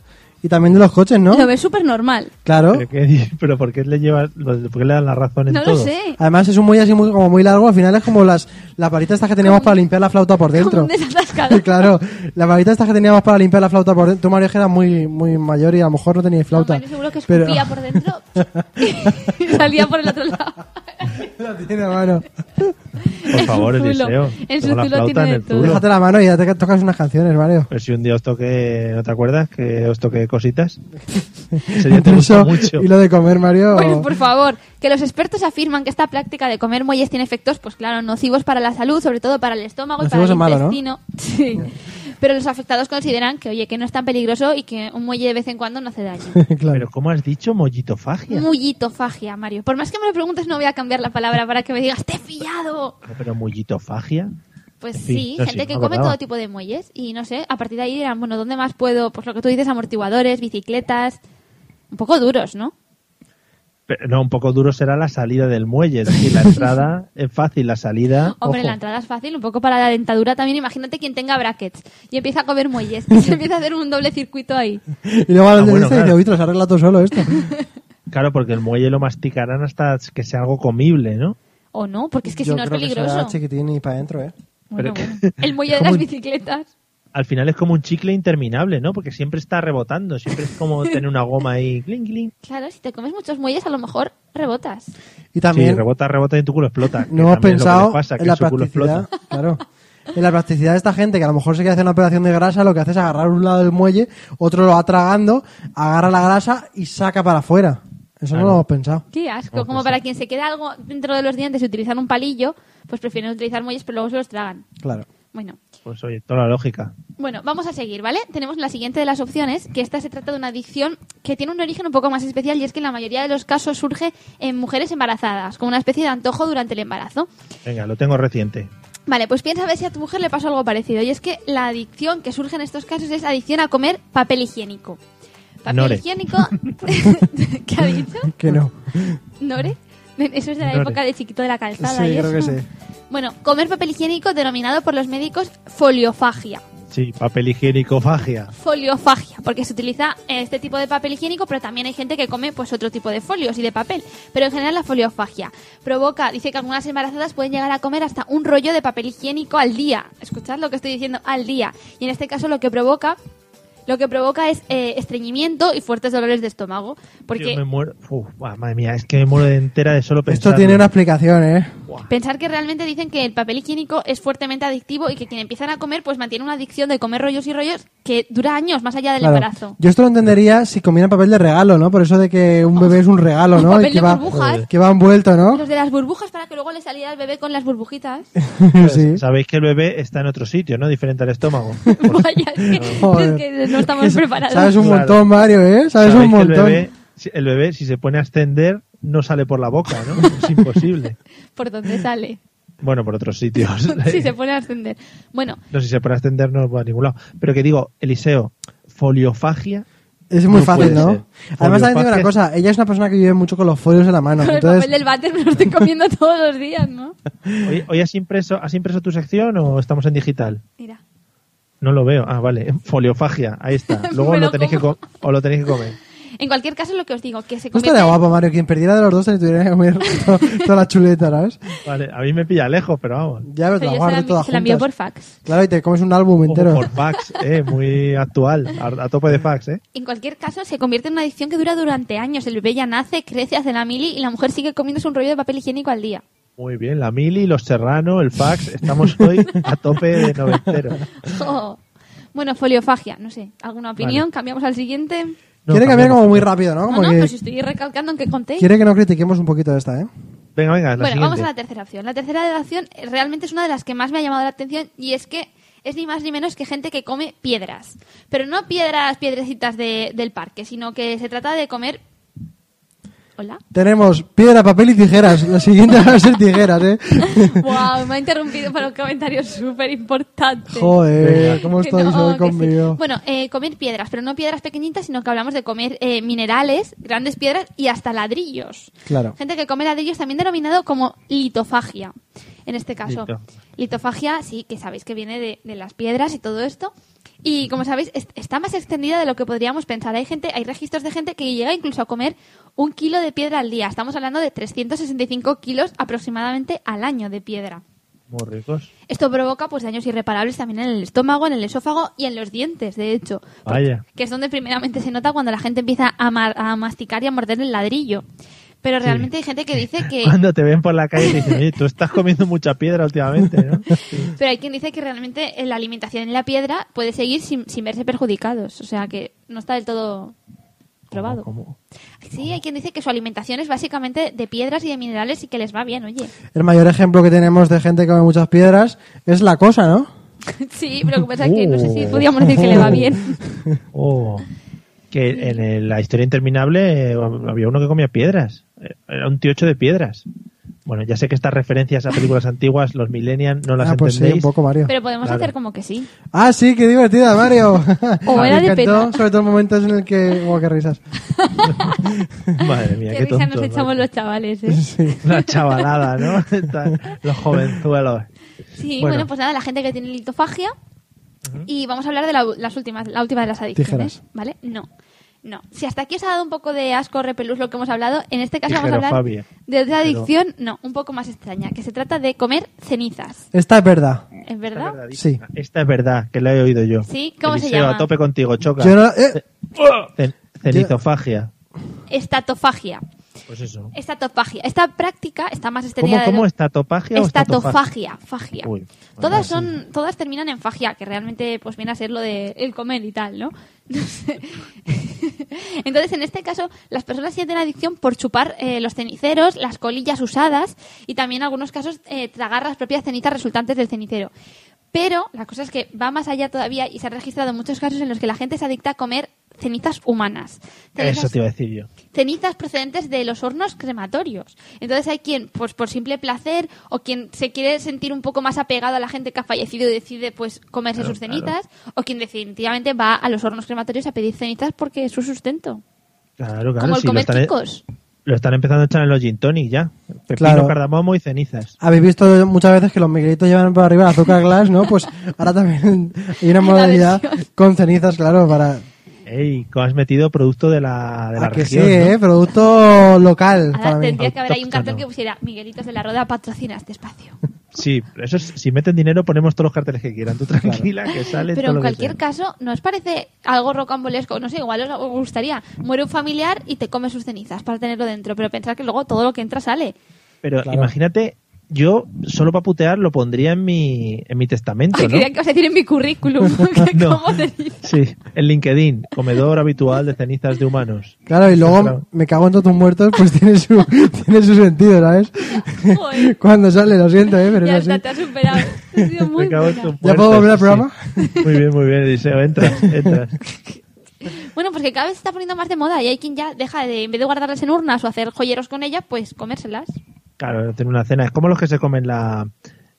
C: Y también de los coches, ¿no?
D: Lo ves súper normal.
C: Claro.
A: ¿Pero, qué di- pero por qué le llevas, lo- por qué le dan la razón en
D: No lo
A: todo?
D: sé.
C: Además es un muelle así muy, como muy largo, al final es como las, las varitas estas que teníamos para limpiar la flauta por
D: Como
C: dentro.
D: un desatascado.
C: claro, las varitas estas que teníamos para limpiar la flauta por dentro. Tú, Mario, que eras muy, muy mayor y a lo mejor no tenías
D: No,
C: flauta.
D: Mario seguro que
C: pero-
D: escupía por dentro y salía por el otro lado.
C: La tiene a mano.
A: Por favor,
D: En su zulo.
A: Eliseo.
D: En su
A: tengo la
D: zulo
A: flauta
D: tiene
A: en
D: de
A: el
D: todo.
A: zulo.
C: Déjate la mano y ya te tocas unas canciones, Mario.
A: Pues si un día os toque, ¿no te acuerdas? Que os toque cositas. Ese día te gusta
C: Eso,
A: mucho.
C: y lo de comer, Mario.
D: Bueno, por favor, que los expertos afirman que esta práctica de comer muelles tiene efectos, pues claro, nocivos para la salud, sobre todo para el estómago y para
C: Nocivos
D: el
C: en malo, ¿no?
D: intestino. Sí. Pero los afectados consideran que, oye, que no es tan peligroso y que un muelle de vez en cuando no hace daño.
A: Pero
C: claro.
A: ¿cómo has dicho mollitofagia?
D: Mullitofagia, Mario. Por más que me lo preguntes, no voy a cambiar la palabra para que me digas, ¡te he pillado!
A: No, Pero mollitofagia.
D: Pues
A: En fin,
D: sí,
A: no,
D: gente
A: sí,
D: que
A: no
D: come
A: acordaba.
D: todo tipo de muelles y no sé, a partir de ahí dirán, bueno, ¿dónde más puedo? Pues lo que tú dices, amortiguadores, bicicletas, un poco duros, ¿no?
A: Pero, no, un poco duro será la salida del muelle. Es decir, la entrada es fácil, la salida.
D: Hombre,
A: ojo.
D: la entrada es fácil, un poco para la dentadura también. Imagínate quien tenga brackets y empieza a comer muelles y se empieza a hacer un doble circuito ahí.
C: Y luego al
A: Ah,
C: de
A: bueno,
C: este
A: claro.
C: dice, "Uy, te los arregla tú solo esto.
A: Claro, porque el muelle lo masticarán hasta que sea algo comible, ¿no?
D: O no, porque es que
C: Yo
D: si no es
C: creo será
D: peligroso.
C: chiquitín y para adentro, ¿eh?
D: Bueno,
A: Pero
D: bueno.
A: que-
D: El muelle de
A: ¿Cómo?
D: las bicicletas.
A: Al final es como un chicle interminable, ¿no? Porque siempre está rebotando, siempre es como tener una goma ahí, cling, cling.
D: Claro, si te comes muchos muelles, a lo mejor rebotas.
C: Y
A: Sí,
C: también
A: rebota, rebota y tu culo explota. que
C: no hemos
A: también es lo que
C: pensado
A: les pasa, que
C: en la
A: su culo
C: practicidad.
A: explota.
C: Claro. En la practicidad de esta gente que a lo mejor se quiere hacer una operación de grasa, lo que hace es agarrar un lado del muelle, otro lo va tragando, agarra la grasa y saca para afuera. Eso no
A: Claro.
C: lo hemos pensado.
D: Qué asco.
A: No,
D: Como
A: pues
D: para quien se queda algo dentro de los dientes y utilizar un palillo, pues prefieren utilizar muelles, pero luego se los tragan.
C: Claro.
D: Bueno,
A: Pues oye, toda la lógica.
D: Bueno, vamos a seguir, ¿vale? Tenemos la siguiente de las opciones, que esta se trata de una adicción que tiene un origen un poco más especial y es que en la mayoría de los casos surge en mujeres embarazadas, como una especie de antojo durante el embarazo.
A: Venga, lo tengo reciente.
D: Vale, pues piensa a ver si a tu mujer le pasó algo parecido. Y es que la adicción que surge en estos casos es adicción a comer papel higiénico. Papel
A: Nore.
D: higiénico. ¿Qué ha dicho?
C: Que no.
D: ¿Nore? Eso es de la
A: Nore.
D: época de chiquito de la calzada.
C: Sí,
D: y
C: creo que
D: eso.
C: sí.
D: Bueno, comer papel higiénico denominado por los médicos foliofagia.
A: Sí, papel higiénico fagia.
D: Foliofagia, porque se utiliza este tipo de papel higiénico, pero también hay gente que come pues otro tipo de folios y de papel. Pero en general la foliofagia provoca, dice que algunas embarazadas pueden llegar a comer hasta un rollo de papel higiénico al día. Escuchad lo que estoy diciendo, al día. Y en este caso lo que provoca, lo que provoca es eh, estreñimiento y fuertes dolores de estómago. Porque
A: Yo me muero. Uf, buah, madre mía, es que me muero de entera de solo pensar.
C: Esto tiene una explicación, ¿eh?
D: Pensar que realmente dicen que el papel higiénico es fuertemente adictivo y que quien empiezan a comer pues mantiene una adicción de comer rollos y rollos que dura años más allá del
C: Claro.
D: embarazo.
C: Yo esto lo entendería si comieran papel de regalo, ¿no? Por eso de que un bebé es un regalo, ¿no?
D: Papel
C: y que
D: de
C: va,
D: burbujas.
C: que va envuelto, ¿no?
D: Los de las burbujas para que luego le saliera al bebé con las burbujitas.
C: sí.
A: Sabéis que el bebé está en otro sitio, ¿no? Diferente al estómago. Pues,
D: Vaya, es que,
C: Joder.
D: es que no estamos
C: Es-
D: preparados.
C: Sabes un
A: Claro.
C: montón, Mario, ¿eh? Sabes
A: Sabéis
C: un
A: que el
C: montón.
A: bebé, si- el bebé, si se pone a extender, no sale por la boca, ¿no? Es imposible.
D: ¿Por dónde sale?
A: Bueno, por otros sitios.
D: si se pone a ascender. Bueno,
A: No, si se pone a extender no va a ningún lado. Pero que digo, Eliseo, foliofagia.
C: Es muy
A: No
C: fácil,
A: puede
C: ¿no?
A: ser.
C: Además,
A: Foliofagia
C: también tengo una
A: es-
C: cosa. Ella es una persona que vive mucho con los folios en la mano.
D: con el
C: entonces,
D: papel del váter me lo estoy comiendo todos los días, ¿no?
A: Hoy, hoy has, impreso, ¿Has impreso tu sección o estamos en digital?
D: Mira.
A: No lo veo. Ah, vale. Foliofagia. Ahí está. Luego
D: Me
A: lo,
D: lo
A: tenéis que
D: como.
A: com- o lo tenéis que comer.
D: En cualquier caso, lo que os digo, que se
C: no
D: convierte...
C: estaría guapo, Mario. Quien perdiera de los dos se le tuviera que comer to- toda la chuleta, ¿sabes?
A: Vale. A mí me pilla lejos, pero vamos.
C: Ya, pero te la
D: Pero yo se la
C: guardo
D: envi-
C: toda
D: se la envío por
C: juntas.
D: fax.
C: Claro, y te comes un álbum
A: Ojo,
C: entero.
A: por fax, eh, muy actual, a, a tope de fax, eh.
D: En cualquier caso, se convierte en una adicción que dura durante años. El bebé ya nace, crece, hace la mili y la mujer sigue comiéndose un rollo de papel higiénico al día.
A: Muy bien, la mili, los serrano, el fax, estamos hoy a tope de noventero.
D: Oh. Bueno, foliofagia, no sé. ¿Alguna opinión?
A: Vale.
D: ¿Cambiamos al siguiente?
A: No,
C: quiere cambiar
A: cambiamos.
C: como muy rápido, ¿no?
D: No,
C: Como
D: no,
C: que
D: pues estoy recalcando en que contéis.
C: Quiere que no critiquemos un poquito esta, ¿eh?
A: Venga, venga, la
D: Bueno,
A: siguiente.
D: vamos a la tercera opción. La tercera opción eh, realmente es una de las que más me ha llamado la atención y es que es ni más ni menos que gente que come piedras. Pero no piedras, piedrecitas de- del parque, sino que se trata de comer... ¿Hola?
C: Tenemos piedra, papel y tijeras. La siguiente va a ser tijeras, ¿eh?
D: ¡Wow! Me ha interrumpido para un comentario súper importante.
C: Joder, ¿cómo
D: Que
C: estáis
D: no,
C: hoy
D: que sí.
C: conmigo?
D: Bueno, eh, comer piedras, pero no piedras pequeñitas, sino que hablamos de comer eh, minerales, grandes piedras y hasta ladrillos.
C: Claro.
D: Gente que come ladrillos también denominado como litofagia, en este caso.
A: Lito.
D: Litofagia, sí, que sabéis que viene de, de las piedras y todo esto. Y como sabéis, es- está más extendida de lo que podríamos pensar. Hay gente, hay registros de gente que llega incluso a comer un kilo de piedra al día. Estamos hablando de 365 kilos aproximadamente al año de piedra.
A: Muy ricos.
D: Esto provoca pues daños irreparables también en el estómago, en el esófago y en los dientes, de hecho. Porque-
A: Vaya.
D: Que es donde primeramente se nota cuando la gente empieza a, ma- a masticar y a morder el ladrillo. Pero realmente hay gente que dice que...
A: Cuando te ven por la calle te dicen, oye, tú estás comiendo mucha piedra últimamente, ¿no?
D: Pero hay quien dice que realmente eh, la alimentación en la piedra puede seguir sin, sin verse perjudicados. O sea que no está del todo probado.
A: ¿Cómo?
D: Sí, hay quien dice que su alimentación es básicamente de piedras y de minerales y que les va bien, oye.
C: El mayor ejemplo que tenemos de gente que come muchas piedras es la cosa, ¿no?
D: sí, pero lo que pasa es que no sé si podríamos decir que le va bien.
A: Oh. Que en el- la historia interminable eh, había uno que comía piedras. Eh, Era un tío hecho de piedras. Bueno, ya sé que estas referencias a películas antiguas, los millennials, no las
C: ah, pues sí,
A: entendéis.
C: un poco, Mario.
D: Pero podemos
A: Claro.
D: hacer como que sí.
C: Ah, sí, qué divertida, Mario.
D: O
C: Me
D: era de
C: encantó,
D: pena.
C: Sobre todo momentos en el que... Guau, qué risas.
A: Madre mía,
D: Qué
A: qué,
D: risa
A: tontos,
D: nos echamos
A: macho.
D: los chavales, ¿eh?
C: Sí.
A: La chavalada, ¿no? Está- Los jovenzuelos.
D: Sí, bueno.
A: Bueno.
D: pues nada, la gente que tiene litofagia. Y vamos a hablar de la, las últimas, la última de las adicciones.
C: Tijeras.
D: ¿Vale? No. No. Si hasta aquí os ha dado un poco de asco, repelús lo que hemos hablado, en este caso vamos a hablar
A: Tijerofobia.
D: de otra
A: Pero-
D: adicción, no, un poco más extraña, que se trata de comer cenizas.
C: Esta es verdad.
D: ¿Es verdad?
C: Sí.
A: Esta es verdad, que la he oído yo.
D: Sí, ¿cómo se
A: Eliseo,
D: llama?
A: a tope contigo, choca.
C: Yo no- eh,
A: Cen- cenizofagia.
D: Estatofagia.
A: Pues eso.
D: Estatofagia. Esta práctica está más
A: ¿Cómo,
D: extendida. de
A: cómo?
D: lo-
A: ¿Estatofagia o estatofagia?
D: Estatofagia, fagia.
A: Uy, bueno,
D: todas
A: sí.
D: son, todas terminan en fagia, que realmente pues viene a ser lo de el comer y tal, ¿no? No sé. Entonces, en este caso, las personas sienten adicción por chupar eh, los ceniceros, las colillas usadas y también en algunos casos eh, tragar las propias cenizas resultantes del cenicero. Pero la cosa es que va más allá todavía y se han registrado muchos casos en los que la gente se adicta a comer cenizas humanas. Cenizas-
A: Eso te iba a decir yo.
D: cenizas procedentes de los hornos crematorios. Entonces hay quien, pues por simple placer, o quien se quiere sentir un poco más apegado a la gente que ha fallecido y decide pues comerse sus cenizas, o quien definitivamente va a los hornos crematorios a pedir cenizas porque es su sustento.
A: Claro, claro.
D: Como el
A: sí, lo,
D: comer
A: están, e-
D: chicos.
A: lo están empezando a echar en los gin tonic ya. Pepino,
C: Claro.
A: cardamomo y cenizas.
C: Habéis visto muchas veces que los miguelitos llevan para arriba el azúcar glass, ¿no? Pues ahora también hay una
D: Hay la
C: modalidad
D: versión.
C: con cenizas, claro, para...
A: Ey, ¿cómo has metido producto de la, de la
C: Ah, que sí,
A: región? ¿no?
C: ¿eh? Producto local para
D: Ahora
C: mí.
D: tendría que haber ahí un cartel
A: Autóctono.
D: que pusiera Miguelitos de la Roda patrocina este espacio.
A: Sí, eso es- si meten dinero ponemos todos los carteles que quieran. Tú tranquila, que sale
D: Pero
A: todo
D: en
A: lo que
D: cualquier
A: sea.
D: caso, ¿no os parece algo rocambolesco? No sé, igual os os gustaría. Muere un familiar y te come sus cenizas para tenerlo dentro, pero pensar que luego todo lo que entra sale.
A: Pero
C: Claro.
A: imagínate, yo solo para putear lo pondría en mi, en mi testamento,
D: Ay,
A: ¿no?
D: Quería que os decir en mi currículum. que
A: No.
D: como ceniza.
A: Sí, en LinkedIn, comedor habitual de cenizas de humanos.
C: Claro, y luego
A: Claro.
C: me cago en todos tus muertos, pues tiene su, tiene su sentido, ¿sabes?
D: Joder.
C: Cuando sale, lo siento, ¿eh? Pero
D: Ya
C: es así.
D: está, te has superado. Ha sido muy
A: Me cago en
D: buena.
A: tu
C: ¿Ya
A: puerta,
C: puedo volver al
A: sí,
C: programa?
A: sí. Muy bien, muy bien, Eliseo, entras, entras.
D: Bueno, pues que cada vez se está poniendo más de moda y hay quien ya deja de, en vez de guardarlas en urnas o hacer joyeros con ellas, pues comérselas.
A: Claro, tener una cena. Es como los que se comen la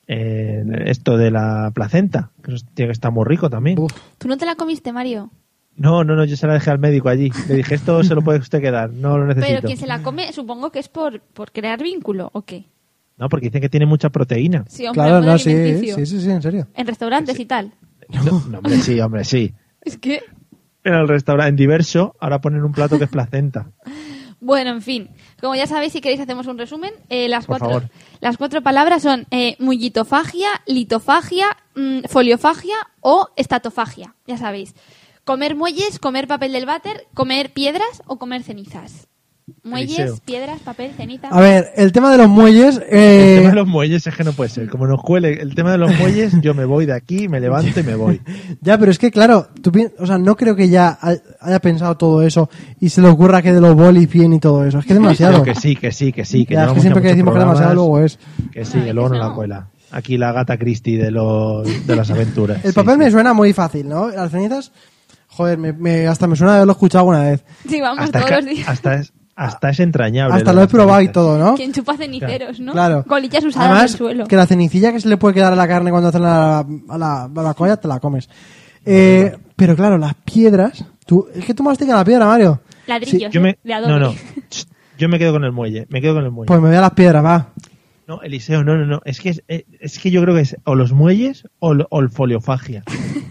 A: eh, esto de la placenta, que eso tiene que estar muy rico también.
C: Uf.
D: ¿Tú no te la comiste, Mario?
A: No, no, no, yo se la dejé al médico allí. Le dije, esto se lo puede usted quedar, no lo necesito.
D: Pero quien se la come, supongo que es por, por crear vínculo, ¿o qué?
A: No, porque dicen que tiene mucha proteína.
D: Sí, hombre,
C: Claro,
D: algo
C: no, sí,
D: alimenticio.
C: sí, sí, sí, en serio.
D: En restaurantes y tal.
A: No, no, hombre, sí, hombre, sí.
D: Es que
A: En el restaurante, en diverso, ahora ponen un plato que es placenta.
D: Bueno, en fin. Como ya sabéis, si queréis hacemos un resumen. Eh, las,
A: Por
D: cuatro,
A: favor.
D: las cuatro palabras son eh, mullitofagia, litofagia, mm, foliofagia o estatofagia. Ya sabéis. Comer muelles, comer papel del váter, comer piedras o comer cenizas. Muelles,
A: Eliseo.
D: piedras, papel, ceniza.
C: A ver, el tema de los muelles...
A: El
C: Eh,
A: tema de los muelles es que no puede ser. Como nos cuele el tema de los muelles, yo me voy de aquí, me levanto y me voy.
C: Ya, pero es que, claro, tú pi- o sea, no creo que ya hay- haya pensado todo eso y se le ocurra que de los bolis bien y todo eso. Es que es demasiado.
A: Pero que sí, que sí, que sí. Que
C: Ya, es que
A: llevamos
C: siempre
A: ya
C: que
A: muchos
C: decimos que demasiado
A: programas,
C: luego es.
A: Que sí, que
D: Ay,
A: luego no
D: que
A: la
D: no.
A: cuela. Aquí la gata Christie de, los, de las aventuras.
C: El
A: sí,
C: papel
A: sí.
C: me suena muy fácil, ¿no? Las cenizas, joder, me, me- hasta me suena haberlo escuchado alguna vez.
D: Sí, vamos
A: Hasta,
D: todos
A: es
D: los
A: que-
D: días.
A: hasta, es, hasta es entrañable.
C: Hasta
A: de
C: lo he
A: las
C: probado y
A: cenitas.
C: todo, ¿no?
D: Quien chupa ceniceros, ¿no?
C: Claro.
D: Colillas usadas
C: Además,
D: en suelo.
C: que la cenicilla que se le puede quedar a la carne cuando hacen la, a la barbacoa, te la comes. Eh, pero claro, las piedras... Tú, es que tú masticas la piedra, Mario.
D: Ladrillos,
A: Yo
D: ¿eh?
A: me,
D: de
A: no,
D: adobe.
A: no. Yo me quedo con el muelle. Me quedo con el muelle.
C: Pues me voy a las piedras, va.
A: No, Eliseo, no, no, no. Es que, es, eh, es que yo creo que es o los muelles o, lo- o el foliofagia.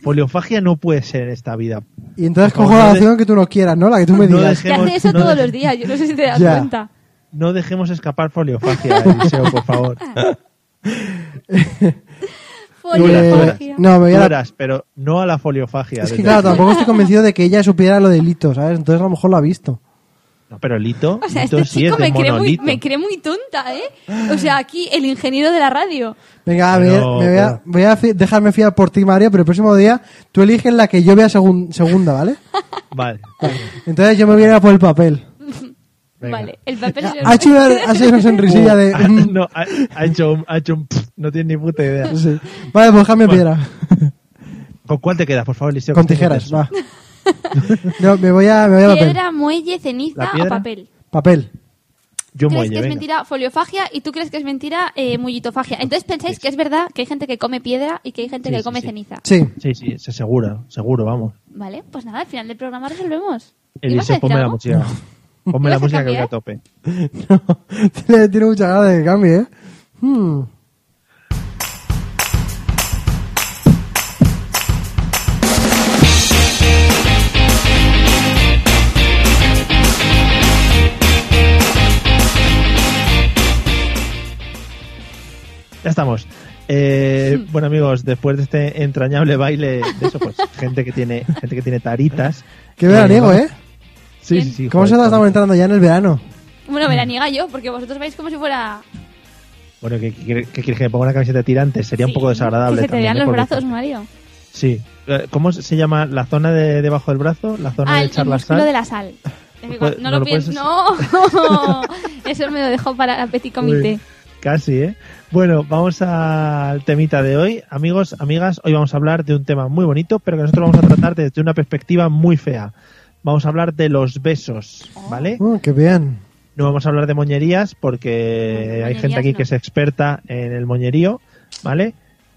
A: Foliofagia no puede ser en esta vida.
C: Y entonces
A: Por favor,
C: cojo
A: no
C: la
A: de-
C: opción que tú no quieras, ¿no? La que tú me
A: No
C: digas.
D: Que hace
A: dejemos-
D: eso
A: no
D: todos
A: de-
D: los días, yo no sé si te das
C: Ya.
D: cuenta.
A: No dejemos escapar foliofagia, Eliseo, por favor.
C: Eh,
D: Foliofagia.
C: no, me voy a
A: Tú
C: la-
A: verás, pero no a la foliofagia.
C: Es que
A: desde
C: claro,
A: luego.
C: tampoco estoy convencido de que ella supiera lo del hito, ¿sabes? Entonces a lo mejor lo ha visto.
A: No, pero Lito,
D: O sea,
A: Lito
D: este
A: sí
D: chico
A: es de
D: me, cree muy,
A: monolito.
D: me cree muy tonta, ¿eh? O sea, aquí el ingeniero de la radio.
C: Venga, a
A: Pero-
C: ver, me voy a,
A: pero-
C: voy a fi- dejarme fiar por ti, Mario, pero el próximo día tú eliges la que yo vea segun- segunda, ¿vale?
A: Vale.
C: Entonces yo me voy a ir a por el papel.
A: Venga.
D: Vale, el papel es
C: Ha hecho una, ha sido una sonrisilla de...
A: Ah, no, ha, ha hecho un, ha hecho un no tiene ni puta idea.
C: Sí. Vale, pues cambio
A: Bueno. pues,
C: piedra.
A: ¿Con cuál te quedas, por favor, Eliseo?
C: Con
A: que tengo
C: tijeras,
A: tenso.
C: va. No, me voy a, me voy a papel.
D: piedra, muelle, ceniza
A: ¿La piedra?
D: o papel.
C: Papel.
A: Yo
D: crees
A: muelle,
D: que es
A: venga.
D: mentira foliofagia y tú crees que es mentira eh, mullitofagia. Entonces pensáis que es verdad que hay gente que come piedra y que hay gente
A: Sí,
D: que
A: sí,
D: come
A: sí.
D: ceniza.
C: Sí.
A: Sí, sí, se seguro, seguro, vamos.
D: Vale, pues nada, al final del programa resolvemos. ¿Ibas a
A: Eliseo,
D: decir
A: ponme la
D: algo?
A: música. Ponme la
D: ¿Ibas a
A: música que voy
D: cambiar?
A: a tope.
C: No, tiene, tiene mucha ganas de que cambie, ¿eh? Hmm.
A: Ya estamos. Eh, bueno amigos, después de este entrañable baile de eso, pues gente que tiene, gente que tiene taritas.
C: Qué veraniego, ¿eh?
A: Sí, sí, sí.
C: ¿Cómo
A: joder,
C: se la estamos
A: joder.
C: entrando ya en el verano?
D: Bueno, me la niega yo, porque vosotros vais como si fuera...
A: Bueno, que, que, que quieres que me ponga una camiseta de tirantes, sería un
D: Sí,
A: poco desagradable.
D: Que se te
A: también,
D: vean
A: ¿eh?
D: los
A: Porque-
D: brazos, Mario.
A: Sí. Eh, ¿Cómo se llama la zona de debajo del brazo? La zona
D: Ah,
A: de
D: el, el
A: charlasal.
D: músculo de la sal. Es que
A: Pues,
D: cuando- no,
A: ¿no
D: lo
A: lo
D: pienso.
A: puedes-
D: No, eso me lo dejo para la petit comité.
A: Uy, Casi, ¿eh? Bueno, vamos al temita de hoy. Amigos, amigas, hoy vamos a hablar de un tema muy bonito, pero que nosotros vamos a tratar desde una perspectiva muy fea. vamos a hablar de los besos, ¿vale?
C: Oh, qué bien.
A: No vamos a hablar de moñerías porque
D: No,
A: hay
D: moñerías
A: gente aquí
D: no.
A: que es experta en el moñerío, ¿vale?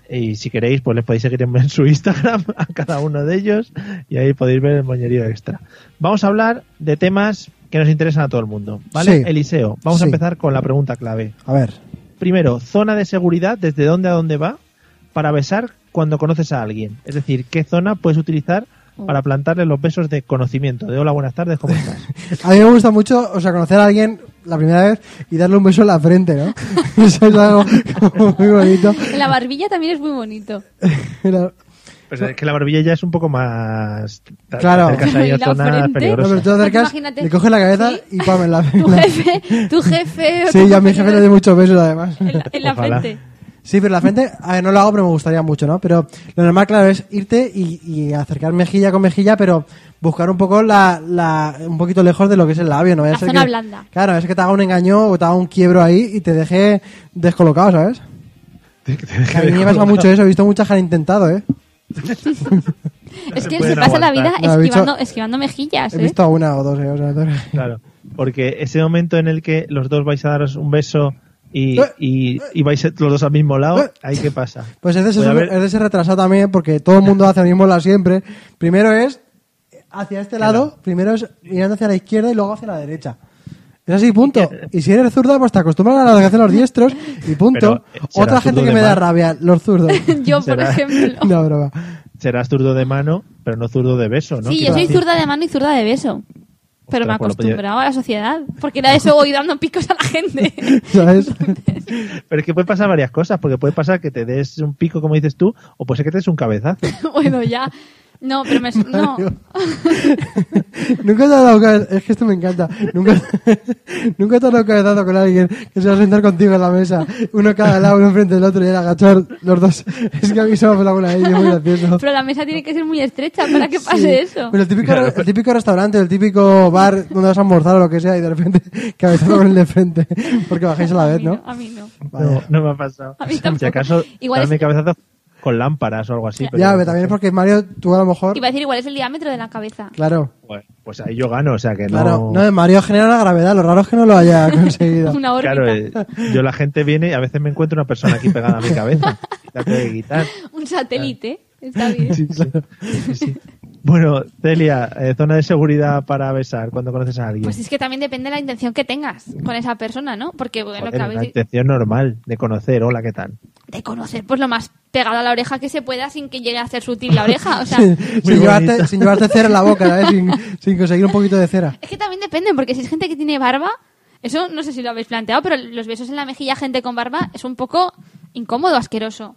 A: Y si queréis, pues les podéis seguir en en su Instagram a cada uno de ellos y ahí podéis ver el moñerío extra. Vamos a hablar de temas que nos interesan a todo el mundo, ¿vale?
C: Sí.
A: Eliseo, vamos a
C: Sí.
A: empezar con la pregunta clave.
C: A ver.
A: Primero, zona de seguridad, desde dónde a dónde va para besar cuando conoces a alguien. Es decir, ¿qué zona puedes utilizar
D: Oh.
A: para plantarle los besos de conocimiento? De hola, buenas tardes, ¿cómo estás?
C: A mí me gusta mucho, o sea, conocer a alguien la primera vez y darle un beso en la frente, ¿no? Eso es algo como muy bonito.
D: La barbilla también es muy bonito.
C: Era-
A: Pues es que la barbilla ya es un poco más... te
C: Claro.
A: acercas ahí a
D: Y la
A: zonas
D: frente.
C: No,
A: peligrosas.
C: pero tú te acercas,
D: Imagínate.
C: le coges la cabeza
D: Sí.
C: y pam, en la,
D: Tu
C: en la-
D: jefe, tu jefe. o
C: Sí,
D: tu
C: yo a mi
D: jefe
C: jefe le doy muchos besos además.
D: En la, en la
A: Ojalá.
D: frente.
C: Sí, pero la frente, a ver, no lo hago, pero me gustaría mucho, ¿no? Pero lo normal, claro, es irte y, y acercar mejilla con mejilla, pero buscar un poco la, la, un poquito lejos de lo que es el labio, ¿no? Vaya a
D: La
C: ser
D: zona
C: que-
D: blanda.
C: Claro, es que te haga un engaño o te haga un quiebro ahí y te deje descolocado, ¿sabes?
A: Te- te deja
C: A mí me
A: de-
C: pasa mucho eso, he visto mucha gente intentado, ¿eh?
D: ¿Ah, Es que se
A: pueden
D: pasa la vida
A: aguantar.
C: No, he visto-
D: esquivando, esquivando mejillas,
C: He
D: ¿eh?
C: visto a una o dos, ¿eh? O sea, dos.
A: Claro, porque ese momento en el que los dos vais a daros un beso y,
C: Eh,
A: y, y vais los dos al mismo lado,
C: eh.
A: ahí qué pasa.
C: Pues es de, ese,
A: Puede haber-
C: es de ese retrasado también, porque todo el mundo hace lo mismo la siempre. Primero es hacia este lado, primero es mirando hacia la izquierda y luego hacia la derecha. Es así, punto. Y si eres zurda, pues te acostumbras a lo que hacen los diestros y punto.
A: Pero, eh, será
C: Otra gente
A: zurdo
C: que
A: de
C: me da
A: mar.
C: rabia, los zurdos.
D: Yo, por
A: Será.
D: ejemplo.
C: no, broma.
A: Serás zurdo de mano, pero no zurdo de beso, ¿no?
D: sí, yo
A: Quiero
D: soy
A: decir-
D: zurda de mano y zurda de beso. Pero me he
A: Ostras, pues lo podía-
D: acostumbrado a la sociedad. Porque era eso, voy dando picos a la gente.
C: ¿Sabes?
A: Pero es que puede pasar varias cosas, porque puede pasar que te des un pico, como dices tú, o puede ser que te des un cabezazo.
D: bueno, ya. No, pero me. No.
C: Nunca te has dado cabeza- Es que esto me encanta. Nunca, nunca te has dado cabezazo con alguien que se va a sentar contigo en la mesa. Uno cada lado, uno enfrente del otro y el agachar los dos. Es que a mí se me ha pelado una vez y es muy gracioso.
D: Pero la mesa tiene que ser muy estrecha para que pase
C: Sí.
D: eso.
C: Pero el típico, el típico restaurante, el típico bar donde vas a almorzar o lo que sea y de repente cabezazo con el de frente porque bajáis a la
D: a
C: vez,
D: mí no.
C: ¿no?
D: A mí no.
A: No, no me ha pasado.
D: A mí tampoco.
A: Si acaso,
D: Igual
A: darme
D: es-
A: cabezazo con lámparas o algo así. pero-
C: Ya, pero también es porque Mario, tú a lo mejor...
D: Iba a decir, igual es el diámetro de la cabeza.
C: Claro,
A: Bueno, Pues ahí yo gano, o sea que
C: claro.
A: no...
C: No, Mario genera la gravedad, lo raro es que no lo haya conseguido.
D: Una órbita.
A: Claro, eh, yo la gente viene y a veces me encuentro una persona aquí pegada a mi cabeza. La tengo que quitar.
D: Un satélite. Está bien.
A: Bueno, Celia, eh, zona de seguridad para besar cuando conoces a alguien.
D: Pues es que también depende de la intención que tengas con esa persona, ¿no? Porque bueno,
A: Joder,
D: que
A: una
D: habéis-
A: intención normal de conocer, hola, ¿qué tal?
D: de conocer pues lo más pegado a la oreja que se pueda sin que llegue a ser sutil la oreja. O sea,
C: sin,
A: Muy
C: sin llevarte,
A: bonito.
C: sin llevarte cera en la boca, ¿sabes? Sin, sin conseguir un poquito de cera.
D: es que también depende, porque si es gente que tiene barba, eso no sé si lo habéis planteado, pero los besos en la mejilla a gente con barba es un poco incómodo, asqueroso.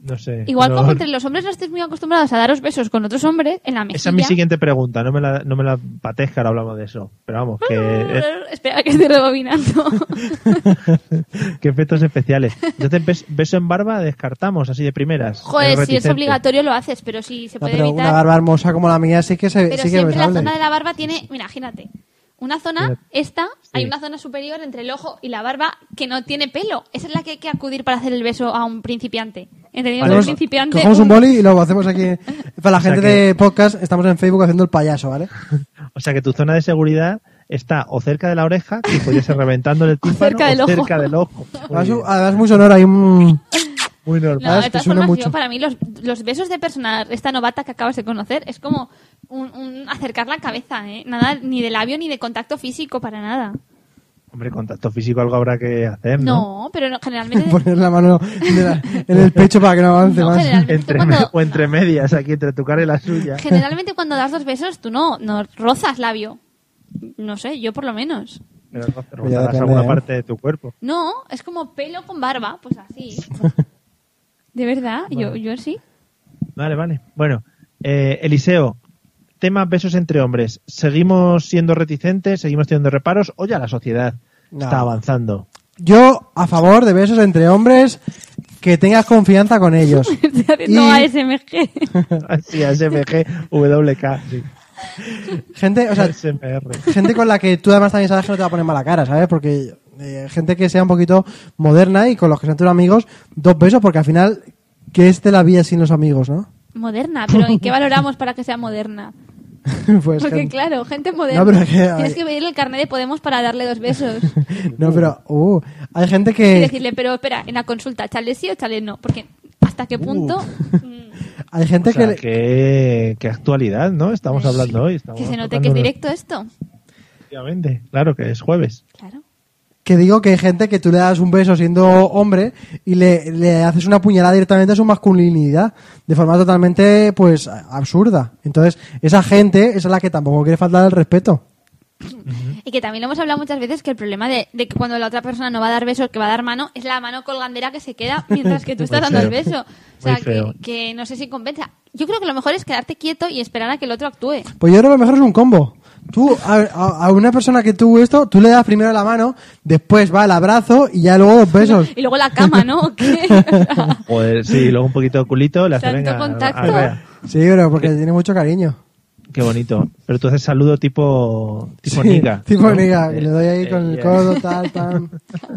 A: No sé.
D: Igual
A: no-
D: como entre los hombres no estéis muy acostumbrados a daros besos con otros hombres en la mejilla.
A: Esa es mi siguiente pregunta, no me la, no me la patees que ahora hablamos de eso. Pero vamos, que,
D: Espera que estoy rebobinando.
A: que efectos especiales. Entonces, bes- beso en barba descartamos así de primeras.
D: Joder,
A: Eres
D: si es
A: reticente.
D: obligatorio lo haces, pero si se
C: No,
D: puede
C: pero
D: evitar.
C: una barba hermosa como la mía sí que se
D: Pero
C: sí que
D: siempre la
C: besable.
D: zona de la barba tiene, mira, imagínate, una zona,
A: Mira,
D: esta, hay
A: sí.
D: una zona superior entre el ojo y la barba que no tiene pelo. Esa es la que hay que acudir para hacer el beso a un principiante. Entendido por
A: Vale.
D: principiante.
C: Cogemos un
D: un-
C: boli y lo hacemos aquí. Para la
A: sea
C: gente
A: que-
C: de podcast, estamos en Facebook haciendo el payaso, ¿vale?
A: O sea que tu zona de seguridad está o cerca de la oreja, que podría ser reventando el tímpano,
D: cerca del
A: o
D: ojo.
A: cerca del ojo. Muy,
C: Además,
A: bien,
C: además muy sonoro, hay un...
A: muy normal.
D: No,
C: Ah, es
D: de
C: que
D: todas
C: suena
D: formas,
C: mucho.
D: yo, para mí los, los besos de persona, esta novata que acabas de conocer, es como un, un acercar la cabeza, ¿eh? Nada, ni de labio ni de contacto físico, para nada.
A: Hombre, contacto físico algo habrá que hacer, ¿no?
D: No, pero no- generalmente...
C: poner la mano de la- en el pecho para que no avance
D: No,
C: más.
D: generalmente
A: Entre me-
D: cuando,
A: o entre medias, aquí, entre tu cara y la suya.
D: Generalmente cuando das dos besos tú no, no rozas labio. No sé, yo por lo menos.
A: Pero no te
C: Ya
A: rozarás
C: depende,
A: alguna
C: ¿eh?
A: parte de tu cuerpo.
D: No, es como pelo con barba, pues así. De verdad, yo, yo sí.
A: Vale, vale. Bueno, eh, Eliseo, tema besos entre hombres. ¿Seguimos siendo reticentes? ¿Seguimos teniendo reparos? ¿O ya la sociedad
C: No.
A: está avanzando?
C: Yo, a favor de besos entre hombres, que tengas confianza con ellos.
D: Estoy haciendo
C: Y-
D: ASMG.
A: Así, SMG, WK, sí.
C: Gente, o sea,
A: SMR.
C: gente con la que tú además también sabes que no te va a poner mala cara, ¿sabes? Porque eh, gente que sea un poquito moderna y con los que sean tus amigos, dos besos, porque al final, ¿qué es de la vida sin los amigos, no?
D: Moderna, pero ¿en qué valoramos para que sea moderna?
C: pues,
D: Porque
C: gente-
D: claro, gente moderna.
C: No, pero es que-
D: Tienes que pedirle el carnet de Podemos para darle dos besos.
C: No, pero uh, hay gente
D: Y
C: que
D: decirle, pero espera, en la consulta, chale sí o chale no. Porque hasta qué punto mm,
C: hay gente
A: O sea,
C: que,
A: qué, qué actualidad, ¿no? Estamos hablando hoy. Estamos
D: que se note
A: tocando
D: que es
A: unos-
D: directo esto.
A: Efectivamente, Claro que es jueves.
D: Claro.
C: que digo que hay gente que tú le das un beso siendo hombre y le, le haces una puñalada directamente a su masculinidad de forma totalmente pues a- absurda. Entonces, esa gente es a la que tampoco quiere faltar el respeto.
D: Y que también lo hemos hablado muchas veces que el problema de, de que cuando la otra persona no va a dar besos, que va a dar mano, es la mano colgandera que se queda mientras que tú estás
A: Muy
D: dando el
A: feo.
D: beso. O sea,
A: Muy feo.
D: que, que no sé si compensa. Yo creo que lo mejor es quedarte quieto y esperar a que el otro actúe.
C: Pues yo creo que lo mejor es un combo. Tú, a, a- a una persona que tú esto, tú le das primero la mano, después va el abrazo y ya luego dos besos.
D: Y luego la cama, ¿no? ¿O qué? O sea,
A: Joder, sí, luego un poquito de culito, le hace
D: Tanto
A: venga.
D: contacto.
A: arrea.
C: Sí, pero
A: Eh,
C: porque tiene mucho cariño.
A: Qué bonito. Pero tú haces saludo tipo, tipo
C: Sí,
A: niga.
C: Tipo
A: ¿no?
C: niga, que
A: Eh,
C: le doy ahí
A: eh,
C: con el
A: eh,
C: codo, tal, tal.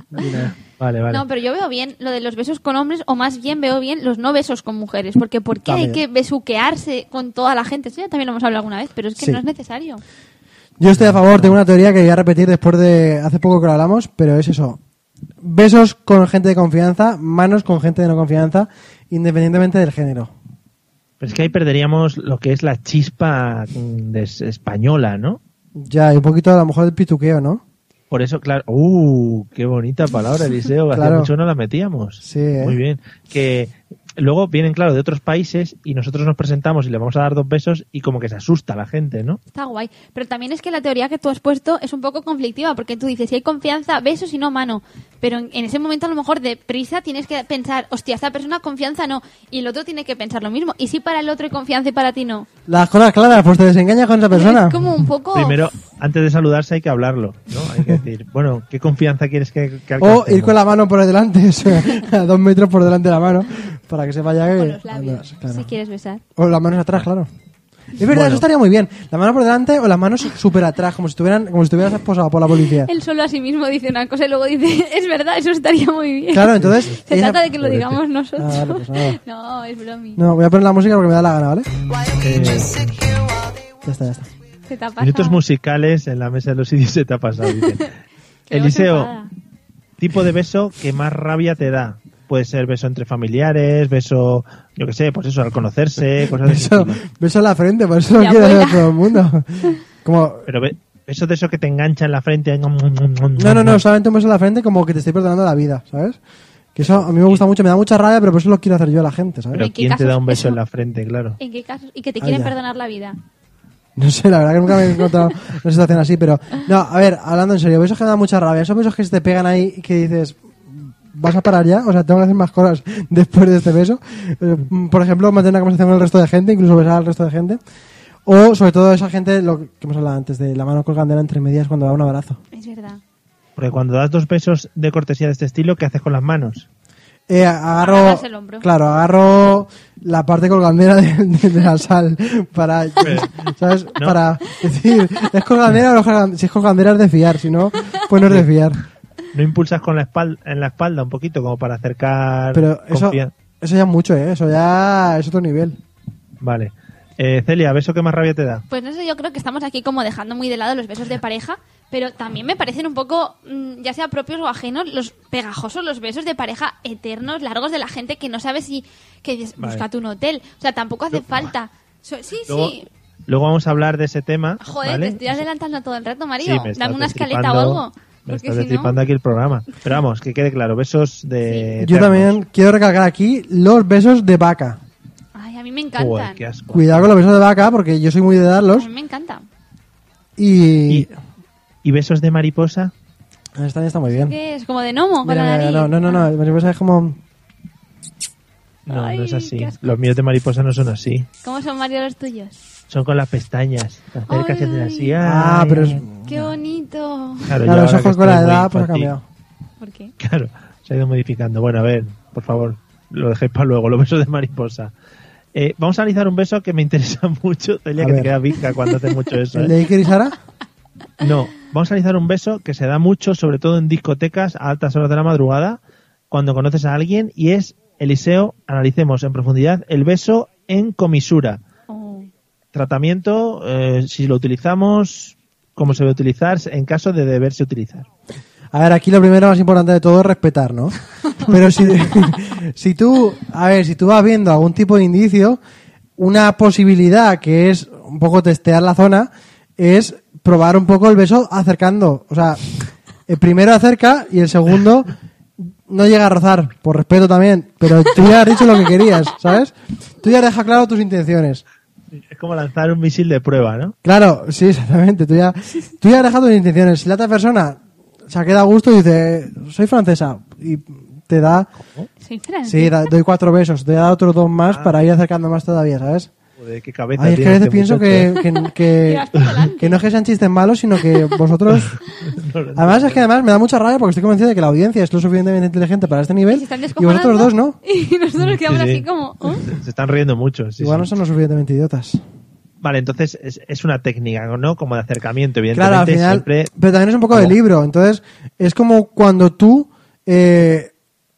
C: Mira.
A: Vale, vale.
D: No, pero yo veo bien lo de los besos con hombres, o más bien veo bien los no besos con mujeres. Porque ¿por qué hay
C: También.
D: que besuquearse con toda la gente? Eso ya también lo hemos hablado alguna vez, pero es que
C: Sí.
D: no es necesario.
C: Yo estoy a favor, tengo una teoría que voy a repetir después de hace poco que lo hablamos, pero es eso. Besos con gente de confianza, manos con gente de no confianza, independientemente del género.
A: Pero es que ahí perderíamos lo que es la chispa mm, des- española, ¿no?
C: Ya, y un poquito a lo mejor del pituqueo, ¿no?
A: Por eso, claro. ¡Uh! ¡Qué bonita palabra, Eliseo! Hace
C: Claro.
A: mucho no la metíamos.
C: Sí, ¿eh?
A: Muy bien. Que luego vienen, claro, de otros países y nosotros nos presentamos y le vamos a dar dos besos y como que se asusta la gente, ¿no?
D: Está guay. Pero también es que la teoría que tú has puesto es un poco conflictiva, porque tú dices, si hay confianza, besos y no mano. Pero en, en ese momento, a lo mejor, de prisa, tienes que pensar, hostia, esta persona confianza no. Y el otro tiene que pensar lo mismo. Y si para el otro hay confianza y para ti no.
C: Las cosas claras, pues te desengañas con esa persona.
D: Es como un poco...
A: Primero, antes de saludarse hay que hablarlo, ¿no? Hay que decir, bueno, ¿qué confianza quieres que, que
C: O
A: alcancemos?
C: ir Oh, con la mano por delante, o sea, a dos metros por delante de la mano, para que se vaya que...
D: Con los labios,
C: Claro.
D: si quieres besar.
C: O las manos atrás, claro. Es verdad, eso estaría muy bien. La mano por delante o las manos súper atrás, como si estuvieran, como si estuvieras esposado por la policía.
D: Él solo a sí mismo dice una cosa y luego dice, es verdad, eso estaría muy bien.
C: Claro, entonces...
D: Se
C: ella-
D: trata de que lo digamos nosotros.
C: Ah, vale, pues nada.
D: no, es bromi.
C: No, voy a poner la música porque me da la gana, ¿vale? Ya está, ya está.
D: Se te ha pasado.
A: Minutos musicales en la mesa de los idiotas se te ha pasado. dicen.
D: Que luego se
A: Eliseo,
D: enfada.
A: tipo de beso que más rabia te da. Puede ser beso entre familiares, beso, yo qué sé, pues eso, al conocerse, cosas de ese
C: Beso,
A: estilo.
C: beso en la frente, por eso lo
D: Mi
C: quiero
D: abuela.
C: hacer todo el mundo. Como,
A: Pero be- beso de eso que te engancha en la frente.
C: no, no, no, solamente un beso en la frente como que te estoy perdonando la vida, ¿sabes? Que eso a mí me gusta mucho, me da mucha rabia, pero por eso lo quiero hacer yo a la gente, ¿sabes?
A: Pero
D: ¿En qué
A: ¿quién te
D: casos
A: da un beso
D: eso?
A: en la frente, claro?
D: ¿En qué casos? Y que te
C: Ah,
D: quieren
C: ya.
D: perdonar la vida.
C: No sé, la verdad que nunca me he encontrado una situación así, pero... No, a ver, hablando en serio, besos que me dan mucha rabia, esos besos que se te pegan ahí y que dices... ¿Vas a parar ya? O sea, tengo que hacer más cosas después de este beso. Eh, mm, Por ejemplo, mantener una conversación con el resto de gente, incluso besar al resto de gente. O, sobre todo, esa gente, lo que hemos hablado antes, de la mano colgandera entre medias cuando da un abrazo.
D: Es verdad.
A: Porque cuando das dos besos de cortesía de este estilo, ¿qué haces con las manos?
C: Eh, agarro,
D: Agarras el hombro.
C: claro, agarro la parte colgandera de, de- de la sal para, ¿sabes?
A: No.
C: Para decir, ¿es colgandera o no es colgandera? Si es colgandera es de fiar, si no, pues no es de fiar.
A: ¿No impulsas con la espalda, en la espalda un poquito como para acercar
C: Pero eso,
A: confian-
C: eso ya es mucho, ¿eh? Eso ya es otro nivel.
A: Vale. Eh, Celia, ¿beso que más rabia te da?
D: Pues no sé, yo creo que estamos aquí como dejando muy de lado los besos de pareja, pero también me parecen un poco, mm, ya sea propios o ajenos, los pegajosos, los besos de pareja eternos, largos de la gente que no sabe si que dices,
A: Vale.
D: búscate un hotel. O sea, tampoco hace falta. So- sí,
A: Luego,
D: sí.
A: luego vamos a hablar de ese tema.
D: Joder,
A: ¿vale?
D: te estoy adelantando todo el rato,
A: Sí,
D: Mario.
A: me estás
D: Dame una escaleta o
A: destripando-
D: algo.
A: Me
D: porque
A: estás
D: si no...
A: destripando aquí el programa. Pero vamos, que quede claro, besos de...
C: Yo
A: eternos.
C: también quiero recalcar aquí los besos de vaca.
D: Ay, a mí me encantan.
A: Joder, qué asco.
C: Cuidado con los besos de vaca porque yo soy muy de
D: A
C: darlos
D: mí me encantan.
C: y...
A: ¿Y, y besos de mariposa?
C: Esta ya está muy bien.
D: ¿Qué es? ¿Como de gnomo?
C: Mira,
D: con la
C: mira,
D: nariz. Ah.
C: no, no, no, no, el mariposa es como...
A: No,
D: Ay,
A: no es así.
D: qué asco.
A: Los míos de mariposa no son así.
D: ¿Cómo son, Mario, los tuyos?
A: Son con las pestañas. Te acercas y haces así.
D: Ay.
C: Ah,
A: ay.
C: pero es...
D: ¡Qué bonito!
A: Claro, yo
C: Claro,
A: ahora
C: los
A: que
C: ojos con la
A: estoy muy
C: edad pues ha
A: infantil.
C: cambiado.
D: ¿Por qué?
A: Claro, se ha ido modificando. Bueno, a ver, por favor, lo dejéis para luego, los besos de mariposa. Eh, vamos a analizar un beso que me interesa mucho, Celia,
C: A
A: que
C: ver.
A: te queda bizca cuando haces mucho eso.
C: ¿El
A: ¿eh?
C: de Iker y Sara?
A: No, vamos a analizar un beso que se da mucho, sobre todo en discotecas a altas horas de la madrugada, cuando conoces a alguien, y es, Eliseo, analicemos en profundidad el beso en comisura.
D: Oh.
A: tratamiento, eh, si lo utilizamos, cómo se debe utilizar en caso de deberse utilizar.
C: A ver, aquí lo primero más importante de todo es respetar, ¿no? Pero si, si tú, a ver, si tú vas viendo algún tipo de indicio, una posibilidad que es un poco testear la zona es probar un poco el beso acercando. O sea, el primero acerca y el segundo no llega a rozar, por respeto también. Pero tú ya has dicho lo que querías, ¿sabes? Tú ya dejas claro tus intenciones.
A: Es como lanzar un misil de prueba, ¿no?
C: Claro, sí, exactamente. Tú ya, tú ya has dejado tus intenciones. Si la otra persona se queda a gusto y dice, soy francesa, y te da,
D: Soy francesa.
C: sí, da- doy cuatro besos, te da otros dos más para ir acercando más todavía, ¿sabes?
A: Joder, qué cabeza
C: Ay, es que
A: Ah.
C: a
A: tiene
C: veces
A: este
C: pienso que,
A: muchacho,
C: que, que-
D: vas por delante.
C: que no es que sean chistes malos, sino que vosotros... Además, es que además me da mucha rabia porque estoy convencido de que la audiencia es lo suficientemente inteligente para este
D: Y
C: nivel
D: se están
C: y vosotros
D: descojonando,
C: dos no.
D: Y nosotros nos quedamos
A: Sí, sí.
D: así como... ¿oh?
A: Se- Se están riendo mucho. sí,
C: Igual no
A: sí.
C: son lo suficientemente idiotas.
A: Vale, entonces es, es una técnica, ¿no? Como de acercamiento, evidentemente.
C: Claro, al final.
A: siempre-
C: Pero también es un poco de
A: Como-
C: libro. Entonces, es como cuando tú eh,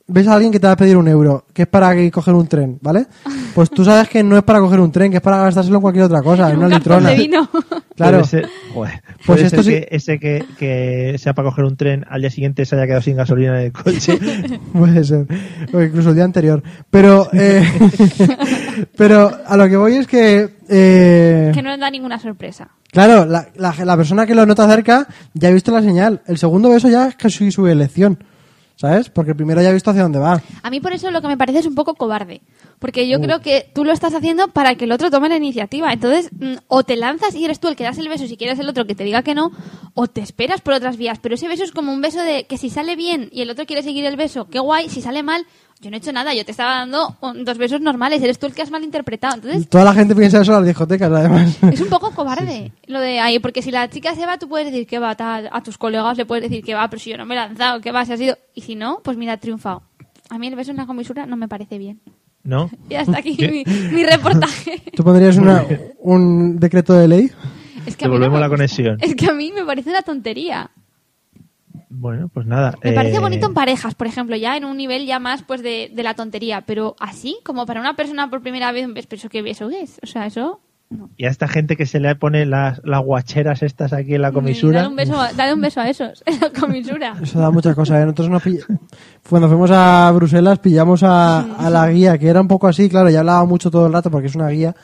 C: ves a alguien que te va a pedir un euro, que es para que- coger un tren, ¿vale? Pues tú sabes que no es para coger un tren, que es para gastárselo en cualquier otra cosa, en
D: un
C: una
D: cartón
C: litrona.
D: de vino.
C: Claro.
A: Debe ser- joder,
C: Pues
A: puede
C: esto
A: ser
C: sí-
A: que ese que, que sea para coger un tren al día siguiente se haya quedado sin gasolina en el coche.
C: Puede ser. O incluso el día anterior. Pero, eh, pero a lo que voy es que. eh,
D: que no nos da ninguna sorpresa.
C: Claro, la, la- la persona que lo nota cerca ya ha visto la señal. El segundo beso ya es casi su elección. ¿Sabes? Porque el primero ya ha visto hacia dónde va.
D: A mí por eso lo que me parece es un poco cobarde. Porque yo creo que tú lo estás haciendo para que el otro tome la iniciativa. Entonces, mm, o te lanzas y eres tú el que das el beso si quieres el otro que te diga que no, o te esperas por otras vías. Pero ese beso es como un beso de que si sale bien y el otro quiere seguir el beso, qué guay. Si sale mal, yo no he hecho nada. Yo te estaba dando un- dos besos normales. Eres tú el que has malinterpretado. Entonces,
C: Toda la gente piensa eso en las discotecas, además.
D: es un poco cobarde lo de ahí. Porque si la chica se va, tú puedes decir que va tal, a tus colegas, le puedes decir que va, pero si yo no me he lanzado, que va, si ha sido. Y si no, pues mira, ha triunfado. A mí el beso en la comisura no me parece bien.
A: ¿No?
D: Y hasta aquí mi, mi reportaje.
C: ¿Tú pondrías una- un decreto de ley?
D: Es que a mí
A: Devolvemos
D: me
A: la
D: gusta.
A: conexión.
D: Es que a mí me parece una tontería.
A: Bueno, pues nada.
D: Me parece
A: eh,
D: bonito en parejas, por ejemplo, ya en un nivel ya más pues de, de la tontería, pero así, como para una persona por primera vez, un beso, pero eso qué beso es. O sea, eso... no.
A: Y a esta gente que se le pone las, las guacheras estas aquí en la
D: Mm, Dale
A: comisura.
D: un beso, a- dale un beso a esos, en la comisura.
C: Eso da muchas cosas. ¿eh? Nosotros nos pill- Cuando fuimos a Bruselas pillamos a, a la guía, que era un poco así, claro, ya hablaba mucho todo el rato porque es una guía.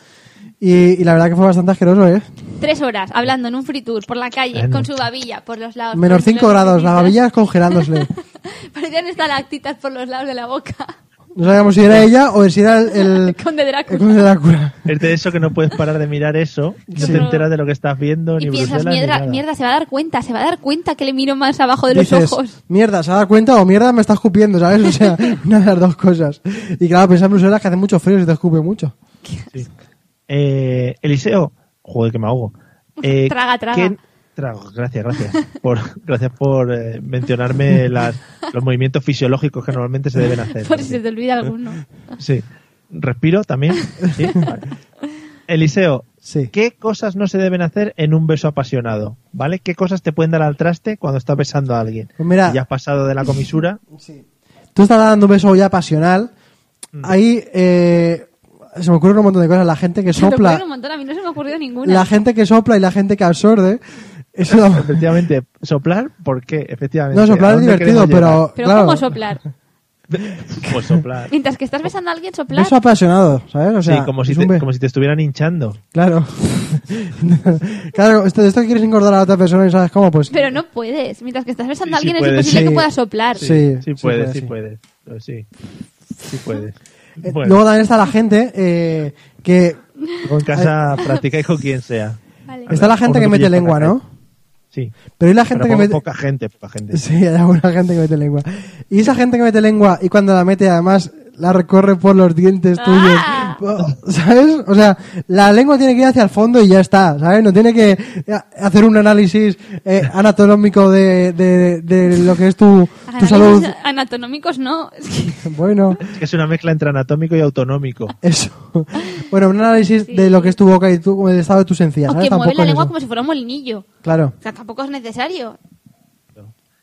C: Y, y la verdad que fue bastante asqueroso, ¿eh?
D: Tres horas hablando en un free tour, por la calle,
A: Bueno.
D: con su babilla, por los lados.
C: Menos
D: por los
C: 5 grados, las babillas congelándose.
D: Parecían estalactitas por los lados de la boca.
C: No sabíamos si era ella o si era el, el,
D: Con de Drácula.
C: el conde de Drácula.
A: Es de eso que no puedes parar de mirar eso. No
C: Sí.
A: te enteras de lo que estás viendo,
D: Y
A: ni
D: piensas,
A: Bruselas, ni
D: mierda,
A: nada.
D: mierda, se va a dar cuenta, se va a dar cuenta que le miro más abajo de
C: Dices,
D: los ojos.
C: mierda, ¿se ha dado cuenta o mierda me está escupiendo, ¿sabes? O sea, una de las dos cosas. Y claro, pensar en Bruselas que hace mucho frío y se te escupe mucho.
A: Sí. Eh, Eliseo, joder, que me ahogo. Eh,
D: Traga, traga.
A: ¿quién- trago, gracias, gracias. Por, gracias por eh, mencionarme las- los movimientos fisiológicos que normalmente se deben hacer.
D: Por si se te olvida alguno.
A: Sí. Respiro también. Sí, vale. Eliseo,
C: Sí.
A: ¿qué cosas no se deben hacer en un beso apasionado? ¿Vale? ¿Qué cosas te pueden dar al traste cuando estás besando a alguien?
C: Pues mira-
A: Y ya has pasado de la comisura.
C: Tú estás dando un beso ya pasional.
A: Mm.
C: Ahí eh, se me ocurren un montón de cosas. La gente que
D: Se te
C: sopla,
D: ocurren un montón, a mí no se me ha ocurrido ninguna.
C: la gente que sopla y la gente que absorbe. Eso
A: Efectivamente, soplar, ¿por qué? Efectivamente.
C: no, soplar
A: ¿A
C: es
A: dónde
C: divertido,
A: queremos llegar?
C: pero,
D: Pero
C: claro,
D: ¿cómo soplar?
A: Pues soplar.
D: Mientras que estás besando a alguien, soplar.
C: beso apasionado, ¿sabes? O sea,
A: sí, como si,
C: es un
A: te,
C: be-
A: como si te estuvieran hinchando.
C: claro, claro, esto, esto que quieres engordar a la otra persona y sabes cómo, pues
D: Pero no puedes. Mientras que estás besando a
A: Sí, sí
D: alguien, es
A: puedes.
D: imposible
C: Sí.
D: que puedas soplar.
C: Sí.
A: Sí, sí,
C: sí
A: puedes,
C: puede,
A: sí
C: sí.
A: puedes. Pues Sí, sí puedes.
C: eh,
A: Bueno,
C: luego también está la gente eh, que
A: luego en casa practicáis con quien sea.
D: Vale.
C: está la
A: Uno
C: gente que
A: que
C: mete
A: pille
C: lengua,
A: para acá.
C: ¿no?
A: Sí.
C: Pero y la
A: Pero
C: gente que
A: poca-
C: mete
A: poca gente, poca gente.
C: Sí, hay alguna gente que mete lengua. Y esa gente que mete lengua y cuando la mete, además, la recorre por los dientes tuyos.
D: Ah.
C: ¿Sabes? O sea, la lengua tiene que ir hacia el fondo y ya está, ¿sabes? No tiene que eh, hacer un análisis eh, anatonómico de, de, de lo que es tu, tu
D: Análisis
C: salud.
D: Anatonómicos no. Es que-
C: Bueno,
A: Es que es una mezcla entre anatómico y autonómico.
C: eso. Bueno, un análisis de lo que es tu boca y tu, el estado de tus encías.
D: O
C: ¿sabes?
D: que mueve
C: Tampoco
D: la
C: es
D: lengua
C: eso.
D: como si fuera un molinillo.
C: Claro.
D: O sea, tampoco es necesario.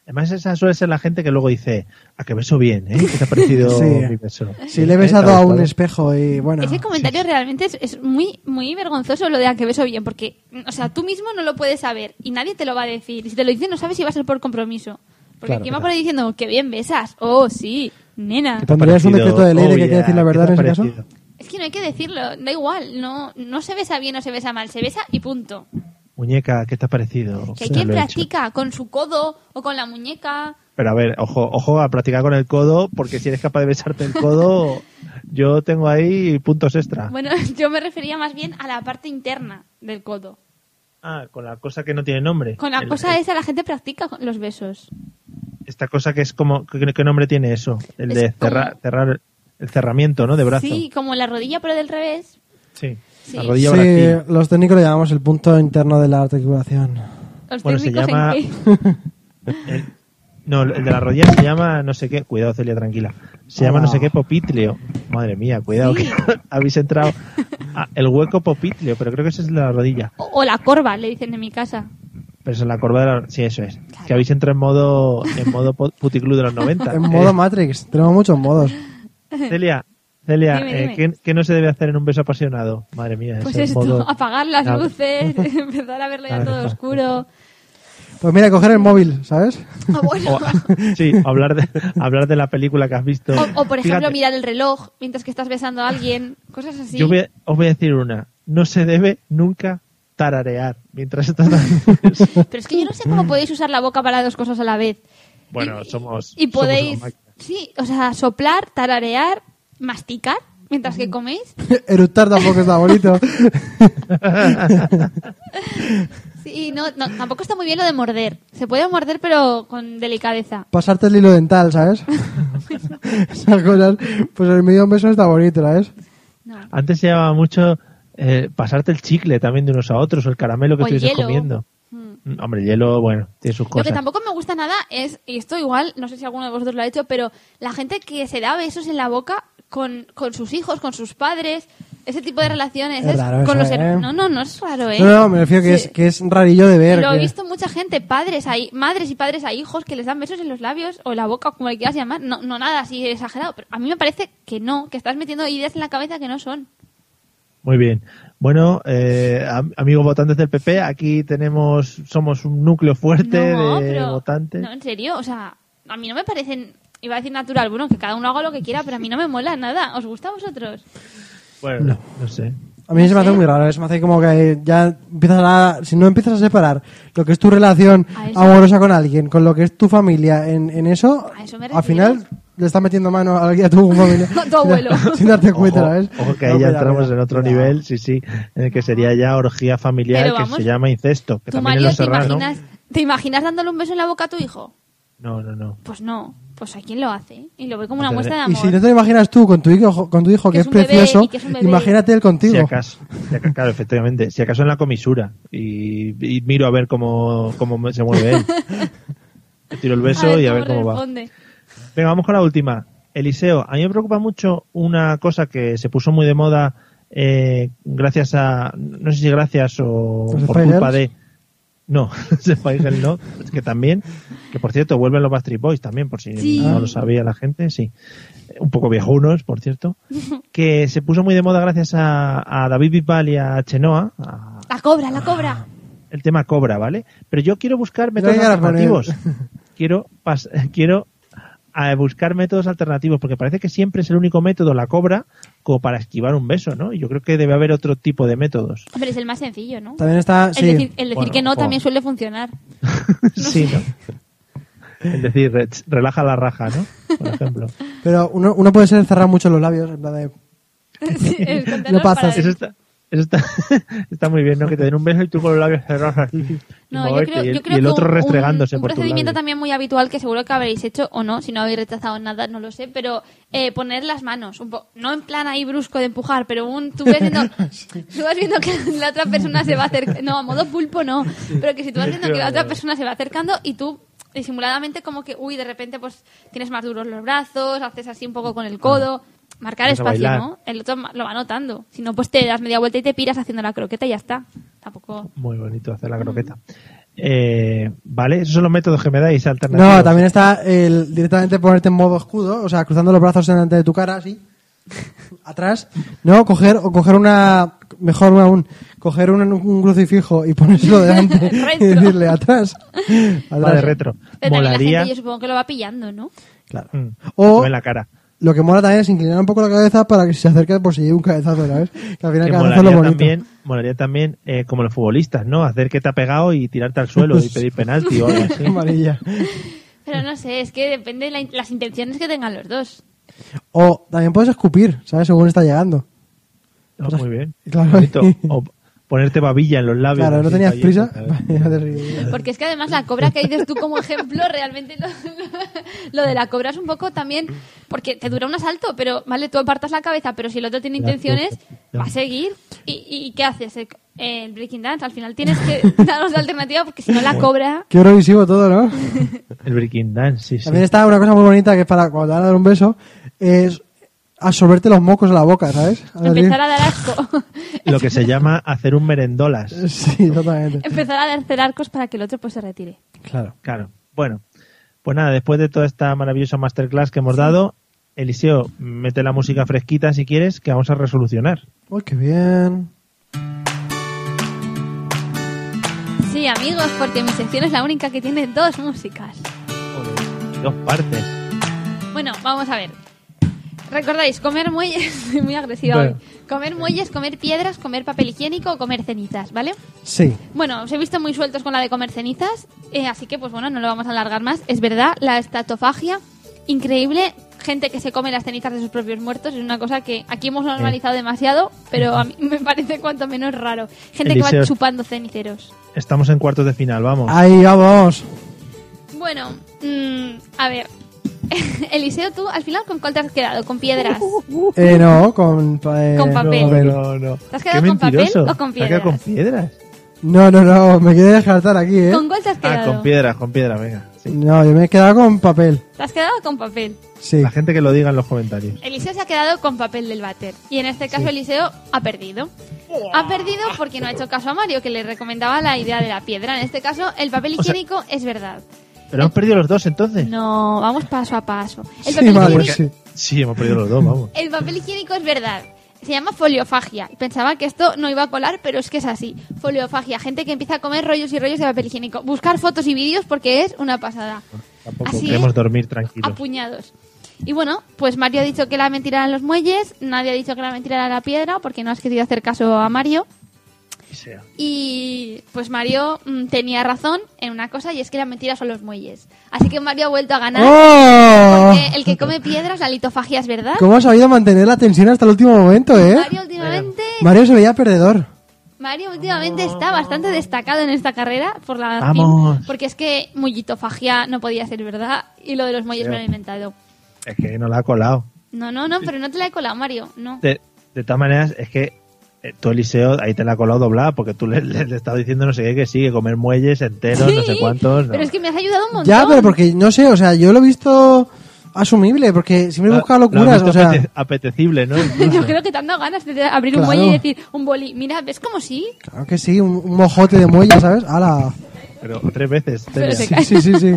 A: Además, esa suele ser la gente que luego dice, a que beso bien, ¿eh? ¿Qué te ha parecido
C: Sí.
A: mi beso?
C: Si le he
A: ¿Eh?
C: besado
A: ¿Te ha
C: a un
A: gustado?
C: espejo y bueno.
D: Ese comentario realmente es, es muy muy vergonzoso lo de a que beso bien, porque, o sea, tú mismo no lo puedes saber y nadie te lo va a decir. Y si te lo dicen, no sabes si va a ser por compromiso. Porque
A: Claro,
D: ¿quién va
A: claro.
D: por ahí diciendo, que bien besas? Oh, sí, nena.
A: ¿Qué te ha
C: ¿Pondrías un
A: parecido?
C: decreto de ley de que hay que
A: ya,
C: decir la
A: ¿qué
C: verdad
A: te ha
C: en ese
A: parecido?
D: Es que no hay que decirlo, da igual, no, no se besa bien o se besa mal, se besa y punto.
A: Muñeca, ¿qué te ha parecido? Pues
D: Que
A: Ya
D: hay quien
A: lo he hecho.
D: practica con su codo o con la muñeca.
A: Pero a ver, ojo, ojo a practicar con el codo, porque si eres capaz de besarte el codo, yo tengo ahí puntos extra.
D: Bueno, yo me refería más bien a la parte interna del codo.
A: Ah, con la cosa que no tiene nombre.
D: Con la
A: El-
D: cosa
A: el-
D: esa la gente practica con los besos.
A: Esta cosa que es como, ¿qué, qué nombre tiene eso? El
D: Es
A: de cerrar,
D: como-
A: cerrar, el cerramiento, ¿no? De brazo.
D: Sí, como la rodilla pero del revés.
A: Sí.
D: Sí.
A: La
C: Sí,
A: rodilla bracil.
C: los técnicos le llamamos el punto interno de la articulación.
D: Los
A: Bueno, se
D: técnicos en
A: llama-
D: que-
A: El- no, el de la rodilla se llama no sé qué. Cuidado, Celia, tranquila. Se llama no sé qué popitleo. Madre mía, cuidado
D: Oh. Sí.
A: que habéis entrado. Ah, el hueco popitleo, pero creo que ese es el de la rodilla.
D: O, o la corva, le dicen en mi casa.
A: Pero es en la corva de la... Sí, eso es. Que habéis entrado en modo, en modo po- puticlub de los 90.
C: En
A: Eh,
C: modo Matrix, tenemos muchos modos.
A: Celia, Celia
D: Dime,
A: eh,
D: dime.
A: ¿qué, qué no se debe hacer en un beso apasionado? Madre mía,
D: Pues
A: ese
D: esto,
A: modo-
D: apagar las
A: Ah,
D: luces, empezar a verlo ya
A: Claro,
D: todo
A: claro.
D: oscuro.
C: Pues mira, coger el móvil, ¿sabes?
D: O, bueno,
A: O, sí, o hablar de, hablar de la película que has visto.
D: o- o, por ejemplo,
A: Fíjate,
D: mirar el reloj mientras que estás besando a alguien. Cosas así.
A: Yo voy a- os voy a decir una. No se debe nunca tararear mientras estás dando un beso.
D: Pero es que yo no sé cómo podéis usar la boca para dos cosas a la vez.
A: Bueno,
D: Y-
A: somos- somos
D: Y podéis.
A: una máquina.
D: sí, o sea, soplar, tararear, masticar mientras que coméis.
C: Eructar tampoco está bonito.
D: Sí, no, no, tampoco está muy bien lo de morder. Se puede morder, pero con delicadeza.
C: Pasarte el hilo dental, ¿sabes? Esas cosas. Pues el medio beso está bonito, ¿sabes?
D: No.
A: Antes se llamaba mucho eh, pasarte el chicle también de unos a otros o el caramelo que
D: O el
A: estuvieses
D: hielo.
A: comiendo.
D: Mm.
A: Mm, Hombre, hielo, bueno, tiene sus
D: Lo que
A: cosas.
D: tampoco me gusta nada es, y esto igual, no sé si alguno de vosotros lo ha hecho, pero la gente que se da besos en la boca con, con sus hijos, con sus padres, ese tipo de relaciones.
C: Es raro
D: con
C: eso,
D: los her-
C: ¿eh?
D: No, no, no es raro, ¿eh?
C: No, no, me refiero que,
D: Sí.
C: es, que es rarillo de ver.
D: Lo
C: que-
D: he visto mucha gente, padres, ahí, madres y padres a hijos que les dan besos en los labios o en la boca, o como le quieras llamar. No, no nada así exagerado, pero a mí me parece que no, que estás metiendo ideas en la cabeza que no son.
A: Muy bien. Bueno, eh, am- amigos votantes del PP, aquí tenemos, somos un núcleo fuerte
D: no,
A: de
D: pero-
A: votantes.
D: No, en serio, o sea, a mí no me parecen, iba a decir natural, bueno, que cada uno haga lo que quiera, pero a mí no me mola nada. ¿Os gusta a vosotros?
A: Bueno, no, sé.
C: A mí se
D: ¿Ah,
C: me hace muy raro, se me hace como que ya empiezas a... Si no empiezas a separar lo que es tu relación
D: A eso.
C: amorosa con alguien, con lo que es tu familia en, en eso,
D: A eso me
C: al
D: refiero.
C: final le estás metiendo mano a, a tu familia.
D: A tu abuelo.
C: Sin darte cuenta,
A: ojo,
C: ¿sabes?
A: ojo que
C: ¿eh? No,
A: ahí ya
C: cuidado,
A: entramos
C: cuidado,
A: en otro
C: cuidado.
A: nivel, sí, sí, en el que sería ya orgía familiar
D: Pero vamos,
A: que se llama incesto, que
D: ¿Tu
A: también en
D: marido
A: los
D: te
A: serranos.
D: imaginas, te imaginas dándole un beso en la boca a tu hijo?
A: No, no, no.
D: Pues no, pues hay quien lo hace y lo ve como una
A: Hombre,
D: muestra de
C: Y
D: amor.
C: si no te lo imaginas tú con tu hijo, con tu hijo
D: Que
C: que, es
D: es un bebé y
C: precioso,
D: que es un bebé.
C: imagínate él contigo.
A: Si acaso, si acaso- claro, efectivamente, si acaso en la comisura y, y miro a ver cómo, cómo me- se mueve él. Le tiro el beso y a ver cómo va.
D: responde.
A: Venga, vamos con la última. Eliseo, a mí me preocupa mucho una cosa que se puso muy de moda eh, gracias a, no sé si gracias o
C: ¿Los
A: por
C: Spice
A: culpa
C: Girls?
A: de... No, Spice Girls no, que también, que por cierto, vuelven los Backstreet Boys también, por si
D: Sí.
A: no lo sabía la gente, sí. Eh, Un poco viejunos, por cierto. Que se puso muy de moda gracias a, a David Bisbal y a Chenoa, a-
D: La cobra, la cobra.
A: el tema cobra, ¿vale? Pero yo quiero buscar métodos
C: llegar a poner.
A: alternativos. Quiero, pas- quiero eh, buscar métodos alternativos, porque parece que siempre es el único método, la cobra, como para esquivar un beso, ¿no? Y Yo creo que debe haber otro tipo de métodos.
D: Hombre, es el más sencillo, ¿no?
C: También está...
D: El
C: sí.
D: decir, el decir
A: Bueno,
D: que no
A: jo.
D: también suele funcionar.
A: sí, ¿no? Es decir, re- relaja la raja, ¿no? Por ejemplo.
C: Pero uno, uno puede ser cerrar mucho los labios, en plan de...
D: Sí, el contarlo
C: pasas.
D: para-
A: Eso está, eso está, está muy bien, ¿no? Que te den un beso y tú con los labios cerrados así, y
D: No, yo
A: moverte,
D: creo,
A: y el,
D: yo creo
A: y el
D: que
A: otro
D: un-
A: restregándose
D: un, un
A: por tus
D: procedimiento
A: labios.
D: también muy habitual que seguro que habréis hecho o no, si no habéis rechazado nada, no lo sé, pero eh, poner las manos, un po- no en plan ahí brusco de empujar, pero un tú ves viendo, tú vas viendo que la otra persona se va acercando, no, a modo pulpo no, pero que si tú vas viendo que la otra persona se va acercando y tú disimuladamente como que, uy, de repente pues tienes más duros los brazos, haces así un poco con el codo, marcar
A: Empiezas a
D: espacio,
A: bailar.
D: ¿no? El otro ma- lo va notando, si no pues te das media vuelta y te piras haciendo la croqueta y ya está, tampoco...
A: Muy bonito hacer la croqueta. Eh, ¿Vale? Esos son los métodos que me dais alternativos.
C: No, también está el directamente ponerte en modo escudo, o sea, cruzando los brazos delante de tu cara, así, atrás, ¿no? Coger, o coger una, mejor aún, coger un, un crucifijo y ponérselo delante y
D: Retro.
C: decirle atrás.
A: Va de
C: atrás.
A: retro.
D: Pero también la
A: Molaría.
D: gente, yo supongo que lo va pillando, ¿no?
C: Claro.
A: Mm.
C: O-
A: O en la cara.
C: Lo que mola también es inclinar un poco la cabeza para que si se acerca, pues se lleve un cabezazo, ¿sabes? Que al final
A: Que
C: el cabezazo es lo
A: molaría
C: bonito.
A: también, molaría también eh, como los futbolistas, ¿no? Hacer que te ha pegado y tirarte al suelo y pedir penalti o algo así.
C: Amarilla.
D: Pero no sé, es que depende de la in- las intenciones que tengan los dos.
C: O también puedes escupir, ¿sabes? Según está llegando.
A: No, muy bien.
C: Claro.
A: Bonito. O ponerte babilla en los labios.
C: Claro, no
A: así,
C: tenías
A: cayendo,
C: prisa.
A: ¿sabes?
C: Vale, no te ríes.
D: Porque es que además la cobra que dices tú como ejemplo, realmente lo, lo de la cobra es un poco también. Porque te dura un asalto, pero vale, tú apartas la cabeza, pero si el otro tiene
A: Claro,
D: intenciones,
A: claro.
D: va a seguir. ¿Y, y qué haces? Eh, El Breaking Dance, al final tienes que darnos la alternativa porque si no la cobra.
C: Qué eurovisivo todo, ¿no?
A: El breaking dance, sí, sí.
C: También está una cosa muy bonita que es para cuando te van a dar un beso, es absorberte los mocos en la boca, ¿sabes? A ver,
D: Empezar a dar asco.
A: Lo que se llama hacer un merendolas.
C: Sí, totalmente.
D: empezar a hacer arcos para que el otro pues se retire.
A: Claro. Claro. Bueno, pues nada, después de toda esta maravillosa masterclass que hemos dado, Eliseo, mete la música fresquita si quieres, que vamos a resolucionar.
C: Uy, qué bien.
D: Sí, amigos, porque mi sección es la única que tiene dos músicas.
A: Dos partes.
D: Bueno, vamos a ver. Recordáis, comer muelles, soy muy agresiva
A: Bueno.
D: hoy. Comer muelles, comer piedras, comer papel higiénico o comer cenizas, ¿vale?
C: Sí.
D: Bueno, os he visto muy sueltos con la de comer cenizas, eh, así que pues bueno, no lo vamos a alargar más. Es verdad, la estatofagia, increíble. Gente que se come las cenizas de sus propios muertos es una cosa que aquí hemos normalizado
A: Eh.
D: demasiado, pero a mí me parece cuanto menos raro. Gente que va
A: Eliseo.
D: chupando ceniceros.
A: Estamos en cuartos de final, vamos.
C: Ahí vamos.
D: Bueno, mm, a ver. Eliseo, tú al final con cuál te has quedado? ¿Con piedras?
C: Eh, no, con, eh,
D: Uh. Con papel.
C: no,
A: No, no.
D: ¿Te has quedado con papel o con
A: ¿Te has quedado con piedras?
C: No, no, no, me quedé descartar aquí, ¿eh?
D: ¿Con cuál te has
A: Ah,
D: quedado?
A: con piedras, con piedras, venga. Sí.
C: No, yo me he quedado con papel.
D: te has quedado con papel.
C: Sí.
A: La gente que lo diga en los comentarios.
D: Eliseo se ha quedado con papel del váter. Y en este caso Eliseo ha perdido. Ha perdido porque no ha hecho caso a Mario, que le recomendaba la idea de la piedra. En este caso, el papel
A: O sea-
D: higiénico es verdad.
A: ¿Pero han perdido los dos entonces?
D: Eh, No, vamos paso a paso.
C: Sí,
D: El papel
C: vale,
D: higiénico
C: sí.
A: Ah, pues Sí, hemos perdido los dos, vamos.
D: El papel higiénico es verdad. Se llama foliofagia. Pensaba que esto no iba a colar, pero es que es así. Foliofagia, gente que empieza a comer rollos y rollos de papel higiénico. Buscar fotos y vídeos porque es una pasada.
A: Tampoco
D: Así
A: queremos
D: es.
A: dormir
D: Ah,
A: tranquilos.
D: Apuñados. Y bueno, pues Mario ha dicho que la mentira eran los muelles, nadie ha dicho que la mentira era la piedra porque no has querido hacer caso a Mario.
A: Que sea.
D: Y pues Mario mm, tenía razón en una cosa y es que la mentira son los muelles. Así que Mario ha vuelto a ganar.
C: ¡Oh!
D: porque el que come piedras, la litofagia es verdad.
C: ¿Cómo has sabido mantener la tensión hasta el último momento, eh?
D: Mario últimamente
C: Mario se veía perdedor.
D: Mario últimamente está bastante destacado en esta carrera por la
A: Vamos.
D: porque es que mullitofagia no podía ser verdad y lo de los muelles me lo he inventado.
A: Es que no la ha colado.
D: No, no, no, pero no te la he colado, Mario. No.
A: De, de todas maneras, es que eh, tú, Eliseo, ahí te la ha colado doblada porque tú le, le, le estabas diciendo no sé qué, que sí, que comer muelles enteros, no sé
D: Sí,
A: cuántos. no.
D: Pero es que me has ayudado un montón.
C: Ya, pero porque, no sé, o sea, yo lo he visto asumible, porque siempre he
A: Lo-
C: buscado
A: lo has
C: locuras,
A: visto
C: o sea...
A: apete- apetecible, ¿no?
D: Yo creo que te han dado ganas de abrir un
C: Claro.
D: muelle y decir un boli. Mira, ¿ves como sí?
C: Claro que sí, un, un mojote de muelle, ¿sabes? ¡Hala!
A: Pero tres veces.
D: Pero
A: Celia.
D: se
C: Sí, sí, sí, sí.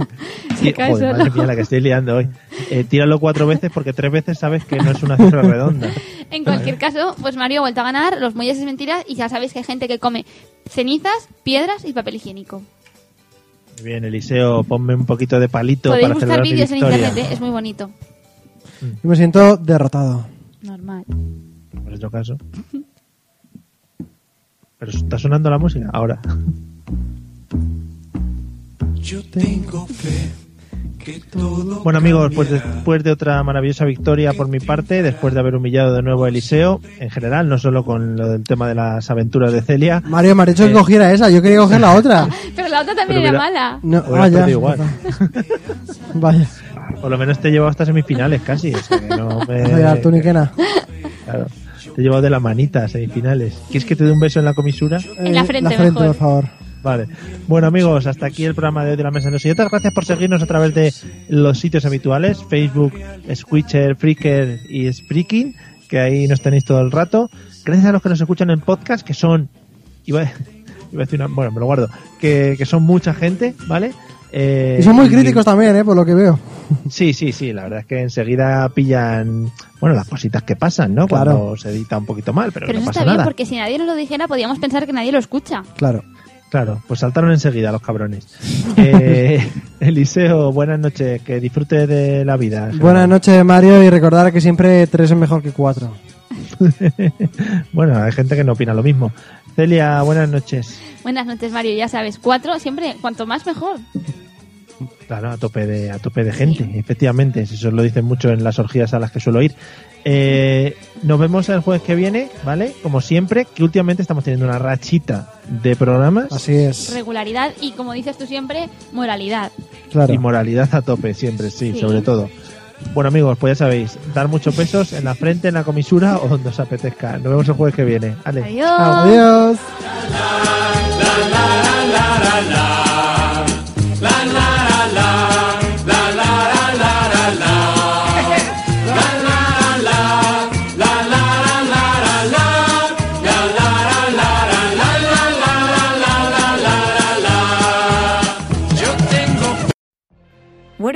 D: Se
A: Sí,
D: cae
A: joder,
D: solo.
A: madre mía, la que estoy liando hoy. Eh, tíralo cuatro veces porque tres veces sabes que no es una cifra redonda.
D: En cualquier caso, pues Mario ha vuelto a ganar, los muelles es mentira y ya sabéis que hay gente que come cenizas, piedras y papel higiénico.
A: Muy Bien, Eliseo, ponme un poquito de palito
D: Podéis
A: para
D: buscar
A: celebrar mi
D: vídeos en
A: victoria.
D: internet, ¿eh? es muy bonito.
C: Yo me siento derrotado.
D: Normal. ¿eh?
A: En nuestro caso. Pero está sonando la música ahora.
E: Yo tengo fe que todo.
A: Bueno amigos, pues
E: cambiará.
A: después de otra maravillosa victoria por mi parte, después de haber humillado de nuevo a Eliseo, en general, no solo con lo del tema de las aventuras de Celia,
C: Mario me ha dicho que
A: Eh.
C: cogiera esa, yo quería coger la otra.
D: Pero la otra también
A: Pero
D: era
A: mira-
D: mala.
C: No,
A: Hubiera
C: vaya.
A: perdido igual.
C: Vaya.
A: por lo menos te he llevado hasta semifinales casi. O sea, que no me-
C: Vaya,
A: eh,
C: tú ni que nada.
A: Claro. Te he llevado de la manita a semifinales. ¿Quieres que te dé un beso en la comisura?
D: En la
C: Eh,
D: frente, mejor.
C: por favor.
A: Vale. Bueno, amigos, hasta aquí el programa de hoy de la Mesa de los Idiotas. Gracias por seguirnos a través de los sitios habituales: Facebook, Squitcher, Freaker y Spreaking, que ahí nos tenéis todo el rato. Gracias a los que nos escuchan en podcast, que son. iba- iba a decir una- bueno, me lo guardo, que, que son mucha gente, ¿vale? Eh,
C: Y son muy críticos también, ¿eh? Por lo que veo.
A: Sí, sí, sí, la verdad es que enseguida pillan, bueno, las cositas que pasan, ¿no?
C: Claro.
A: Cuando se edita un poquito mal, pero,
D: Pero
A: no
D: eso
A: pasa
D: está bien
A: nada.
D: porque si nadie nos lo dijera podíamos pensar que nadie lo escucha.
C: Claro.
A: Claro, pues saltaron enseguida los cabrones. Eh, Eliseo, buenas noches, que disfrute de la vida.
C: Buenas noches, Mario, y recordar que siempre tres es mejor que cuatro.
A: bueno, hay gente que no opina lo mismo. Celia, buenas noches.
D: Buenas noches, Mario, ya sabes, cuatro siempre, cuanto más mejor.
A: Claro, a tope de, a tope de gente, efectivamente. Eso lo dicen mucho en las orgías a las que suelo ir. Eh, nos vemos el jueves que viene, ¿vale? Como siempre, que últimamente estamos teniendo una rachita de programas
C: Así es.
D: Regularidad y como dices tú siempre, moralidad.
C: Claro.
A: y moralidad a tope, siempre, sí,
D: Sí.
A: sobre todo. Bueno, amigos, pues ya sabéis, dar muchos pesos en la frente, en la comisura o donde os apetezca. Nos vemos el jueves que viene. Ale.
C: Adiós.
F: What